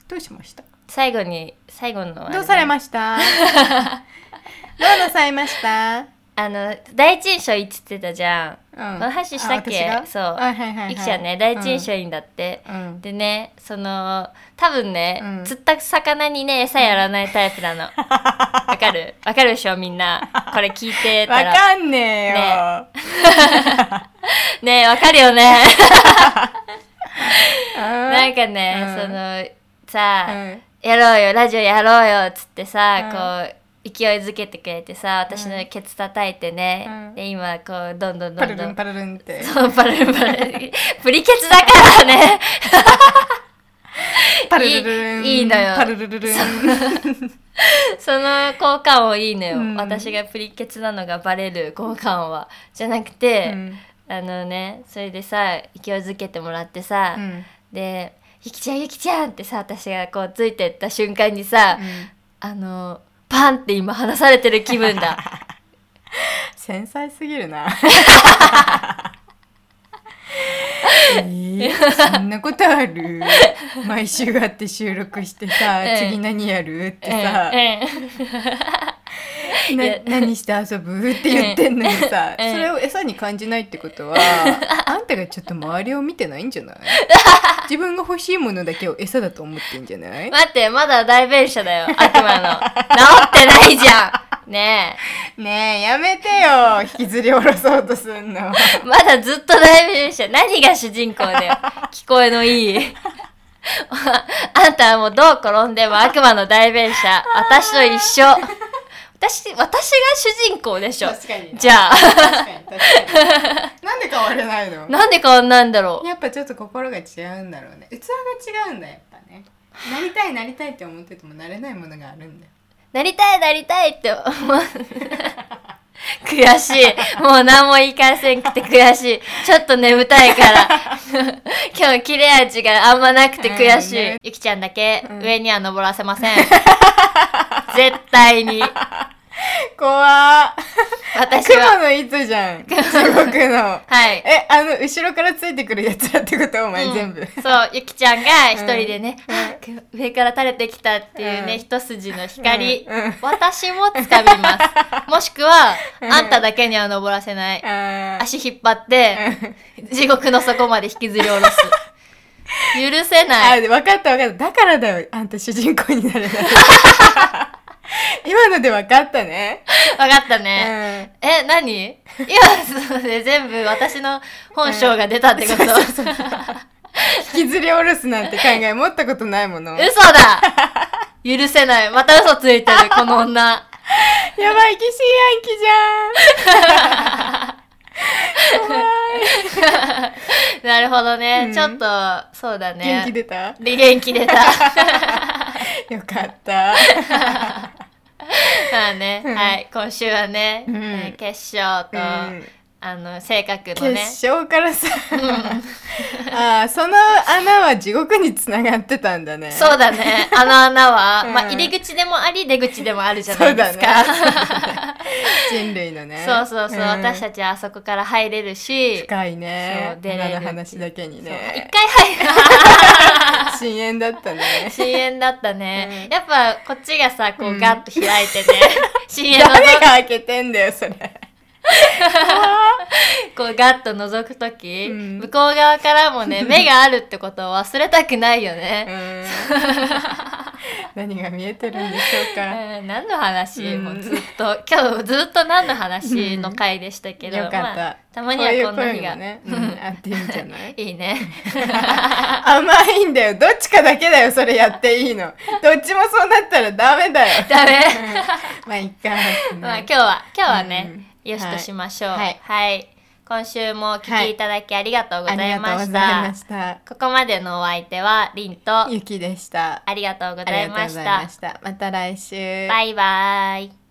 [SPEAKER 2] どうしました
[SPEAKER 1] 最後に、最後のあれね、
[SPEAKER 2] どうされました [LAUGHS] どうなさいました
[SPEAKER 1] あの、第一印象言ってたじゃん。
[SPEAKER 2] うん。
[SPEAKER 1] この話したっけ
[SPEAKER 2] あ私が
[SPEAKER 1] そう
[SPEAKER 2] はいはいはい、はい。
[SPEAKER 1] ゆきちゃんね、第一印象いいんだって。
[SPEAKER 2] うん。うん。
[SPEAKER 1] でね、その、多分ね、
[SPEAKER 2] うん
[SPEAKER 1] 釣った魚にね、餌やらないタイプな
[SPEAKER 2] [LAUGHS]
[SPEAKER 1] の。わかるわかるでしょみんな。これ聞いて
[SPEAKER 2] わ
[SPEAKER 1] たら。
[SPEAKER 2] かんねえよ。
[SPEAKER 1] ねえ、わかるよね。
[SPEAKER 2] な
[SPEAKER 1] なんかね、
[SPEAKER 2] うん
[SPEAKER 1] その、さあ、やろうよラジオやろうよっつってさ、こう勢いづけてくれてさ私のケツ叩いてね、
[SPEAKER 2] うん
[SPEAKER 1] で今こうどんどん
[SPEAKER 2] パ
[SPEAKER 1] ど
[SPEAKER 2] ル
[SPEAKER 1] んど
[SPEAKER 2] ルン
[SPEAKER 1] ん
[SPEAKER 2] パルルンって。
[SPEAKER 1] そうパルルンパルルン [LAUGHS] プリケツだからね
[SPEAKER 2] パルルルン。
[SPEAKER 1] いいいのよ
[SPEAKER 2] パルルルルン。
[SPEAKER 1] その効果音いいのよ、
[SPEAKER 2] うん
[SPEAKER 1] 私がプリケツなのがバレる効果音はじゃなくて、
[SPEAKER 2] うん
[SPEAKER 1] あのねそれでさ勢いづけてもらってさ、
[SPEAKER 2] うん
[SPEAKER 1] で「ゆきちゃんゆきちゃん」ってさ私がこうついてった瞬間にさ、
[SPEAKER 2] うん
[SPEAKER 1] あのパンって今離されてる気分
[SPEAKER 2] [LAUGHS]
[SPEAKER 1] だ。
[SPEAKER 2] 繊細すぎ
[SPEAKER 1] [LAUGHS]
[SPEAKER 2] るな。えーそんなことある毎週あって収録してさ、
[SPEAKER 1] [LAUGHS] うん
[SPEAKER 2] 次何やるってさ、
[SPEAKER 1] うんうん
[SPEAKER 2] ない
[SPEAKER 1] や
[SPEAKER 2] 何して遊ぶって言ってんのに
[SPEAKER 1] [LAUGHS]
[SPEAKER 2] さ、
[SPEAKER 1] うん
[SPEAKER 2] それを餌に感じないってこ
[SPEAKER 1] [LAUGHS]
[SPEAKER 2] とは、あんたがちょっと周りを見てないんじゃない自分が欲しいものだけを餌だと思ってんじゃない
[SPEAKER 1] 待って、まだ代弁者だよ、悪魔の。治ってないじゃんね
[SPEAKER 2] ねえやめてよ引きずり下ろそうとすんの。
[SPEAKER 1] え、まだずっと代弁者。何が主人公だ
[SPEAKER 2] [LAUGHS]
[SPEAKER 1] よ。聞こえのいい。あんたはもうどう転んでも悪魔の代弁者。私と一
[SPEAKER 2] [LAUGHS]
[SPEAKER 1] 緒。私、私が主人公でしょ。
[SPEAKER 2] かに
[SPEAKER 1] じゃあ、 [LAUGHS]
[SPEAKER 2] 確かに確か [LAUGHS] になんで変われないの
[SPEAKER 1] なんで変わんないんだろう。
[SPEAKER 2] [LAUGHS] やっぱちょっと心が違うんだろうね器が違うんだやっぱねなりたいなりたいって思っててもなれないものがあるんだよ
[SPEAKER 1] なりたい、なりたいって思う。 [LAUGHS] 悔しい。もう何も言い返せんくて悔しい。ちょっと眠たいから。 [LAUGHS] 今日切れ味があんまなくて悔し
[SPEAKER 2] う
[SPEAKER 1] い
[SPEAKER 2] ん。
[SPEAKER 1] ゆきちゃんだけ
[SPEAKER 2] うん
[SPEAKER 1] 上には登らせま
[SPEAKER 2] [LAUGHS]
[SPEAKER 1] せん。絶対に。
[SPEAKER 2] 怖
[SPEAKER 1] 私は。
[SPEAKER 2] [LAUGHS] 雲の糸
[SPEAKER 1] [LAUGHS]
[SPEAKER 2] じゃん中国の
[SPEAKER 1] はい。
[SPEAKER 2] えあの後ろからついてくるやつらってことお前、
[SPEAKER 1] うん
[SPEAKER 2] 全部
[SPEAKER 1] そう、ゆきちゃんが一人でね、
[SPEAKER 2] うん
[SPEAKER 1] はぁ上から垂れてきたっていうね、
[SPEAKER 2] うん
[SPEAKER 1] 一筋の光。
[SPEAKER 2] うんうん
[SPEAKER 1] 私も掴みます。もしくは、
[SPEAKER 2] うん
[SPEAKER 1] あんただけには登らせない。
[SPEAKER 2] あ
[SPEAKER 1] [LAUGHS]
[SPEAKER 2] ー
[SPEAKER 1] 足引っ張って、地獄の底まで引きずり下ろす。
[SPEAKER 2] [LAUGHS]
[SPEAKER 1] 許せ
[SPEAKER 2] あ
[SPEAKER 1] ない。
[SPEAKER 2] 分かった分かっただからだよあんた主人公になれない
[SPEAKER 1] [LAUGHS]
[SPEAKER 2] 今ので分かったね、
[SPEAKER 1] わかった
[SPEAKER 2] う
[SPEAKER 1] ね。
[SPEAKER 2] ん
[SPEAKER 1] え、何今、そうね全部私の本性が出たってこと、嘘
[SPEAKER 2] 引きずり下ろすなんて考え持ったことないもの
[SPEAKER 1] だ許せない。また嘘ついてる、この女。
[SPEAKER 2] やばい、疑心暗鬼じゃん。
[SPEAKER 1] [LAUGHS]
[SPEAKER 2] 怖
[SPEAKER 1] なるほどね。
[SPEAKER 2] うん
[SPEAKER 1] ちょっと、そうだ
[SPEAKER 2] い。元気
[SPEAKER 1] ね。
[SPEAKER 2] 出た。
[SPEAKER 1] で元気出
[SPEAKER 2] [LAUGHS]
[SPEAKER 1] た。
[SPEAKER 2] よかった。
[SPEAKER 1] まあね、
[SPEAKER 2] うん
[SPEAKER 1] はい。今週はね、
[SPEAKER 2] うん
[SPEAKER 1] えー決勝と、
[SPEAKER 2] うん
[SPEAKER 1] あの、性格のね。
[SPEAKER 2] 決勝からさ。ああ、その穴は地獄に繋がってたんだね。
[SPEAKER 1] そうだね。あの穴は、
[SPEAKER 2] [LAUGHS] うん
[SPEAKER 1] まあ、入り口でもあり、出口でもあるじゃない [LAUGHS] ですか。
[SPEAKER 2] そう人類のね。
[SPEAKER 1] そうそうそう、
[SPEAKER 2] ん
[SPEAKER 1] 私たちはあそこから入れるし、
[SPEAKER 2] 深い
[SPEAKER 1] そ
[SPEAKER 2] ね
[SPEAKER 1] う。出れる
[SPEAKER 2] 穴の話だけに
[SPEAKER 1] そう一
[SPEAKER 2] ね。
[SPEAKER 1] 回入る
[SPEAKER 2] 深淵だったね。
[SPEAKER 1] 深淵だったね、
[SPEAKER 2] うん
[SPEAKER 1] やっぱこっちがさこ
[SPEAKER 2] う
[SPEAKER 1] うんガッと開い
[SPEAKER 2] [LAUGHS]
[SPEAKER 1] てね、深淵のぞ
[SPEAKER 2] 誰が開けてんだよ、それ。
[SPEAKER 1] こうガッと覗く時、
[SPEAKER 2] うん
[SPEAKER 1] 向こう側からも
[SPEAKER 2] [LAUGHS]
[SPEAKER 1] ね目があるってことを忘れたくないよ
[SPEAKER 2] う
[SPEAKER 1] ね、
[SPEAKER 2] ん何が見えてるんでしょう
[SPEAKER 1] う
[SPEAKER 2] か。
[SPEAKER 1] ん何の話、
[SPEAKER 2] うん
[SPEAKER 1] もうずっと今日ずっと何の話の回でしたけど、
[SPEAKER 2] よかった、
[SPEAKER 1] まあたまにはこんな日が
[SPEAKER 2] こういう声もね、うん、あっていいんじゃない
[SPEAKER 1] いいね
[SPEAKER 2] 甘いんだよどっちかだけだよそれやっていいのどっちもそうなったらダメだよ
[SPEAKER 1] ダ
[SPEAKER 2] [LAUGHS]
[SPEAKER 1] メ
[SPEAKER 2] まあいっか、
[SPEAKER 1] まあ今日は今日はね、
[SPEAKER 2] うん
[SPEAKER 1] よしとしましょうは
[SPEAKER 2] はいい、
[SPEAKER 1] 今週もお聞きいただきありがとうござ
[SPEAKER 2] あ
[SPEAKER 1] い
[SPEAKER 2] りが
[SPEAKER 1] ま
[SPEAKER 2] とう
[SPEAKER 1] した、
[SPEAKER 2] ございました
[SPEAKER 1] ここまでのお相手はりんとあ
[SPEAKER 2] ゆきでした
[SPEAKER 1] りがとうご
[SPEAKER 2] あ
[SPEAKER 1] ざい
[SPEAKER 2] りがとう
[SPEAKER 1] ま
[SPEAKER 2] ご
[SPEAKER 1] し
[SPEAKER 2] ざい
[SPEAKER 1] た
[SPEAKER 2] ましたまた来週
[SPEAKER 1] バイバイ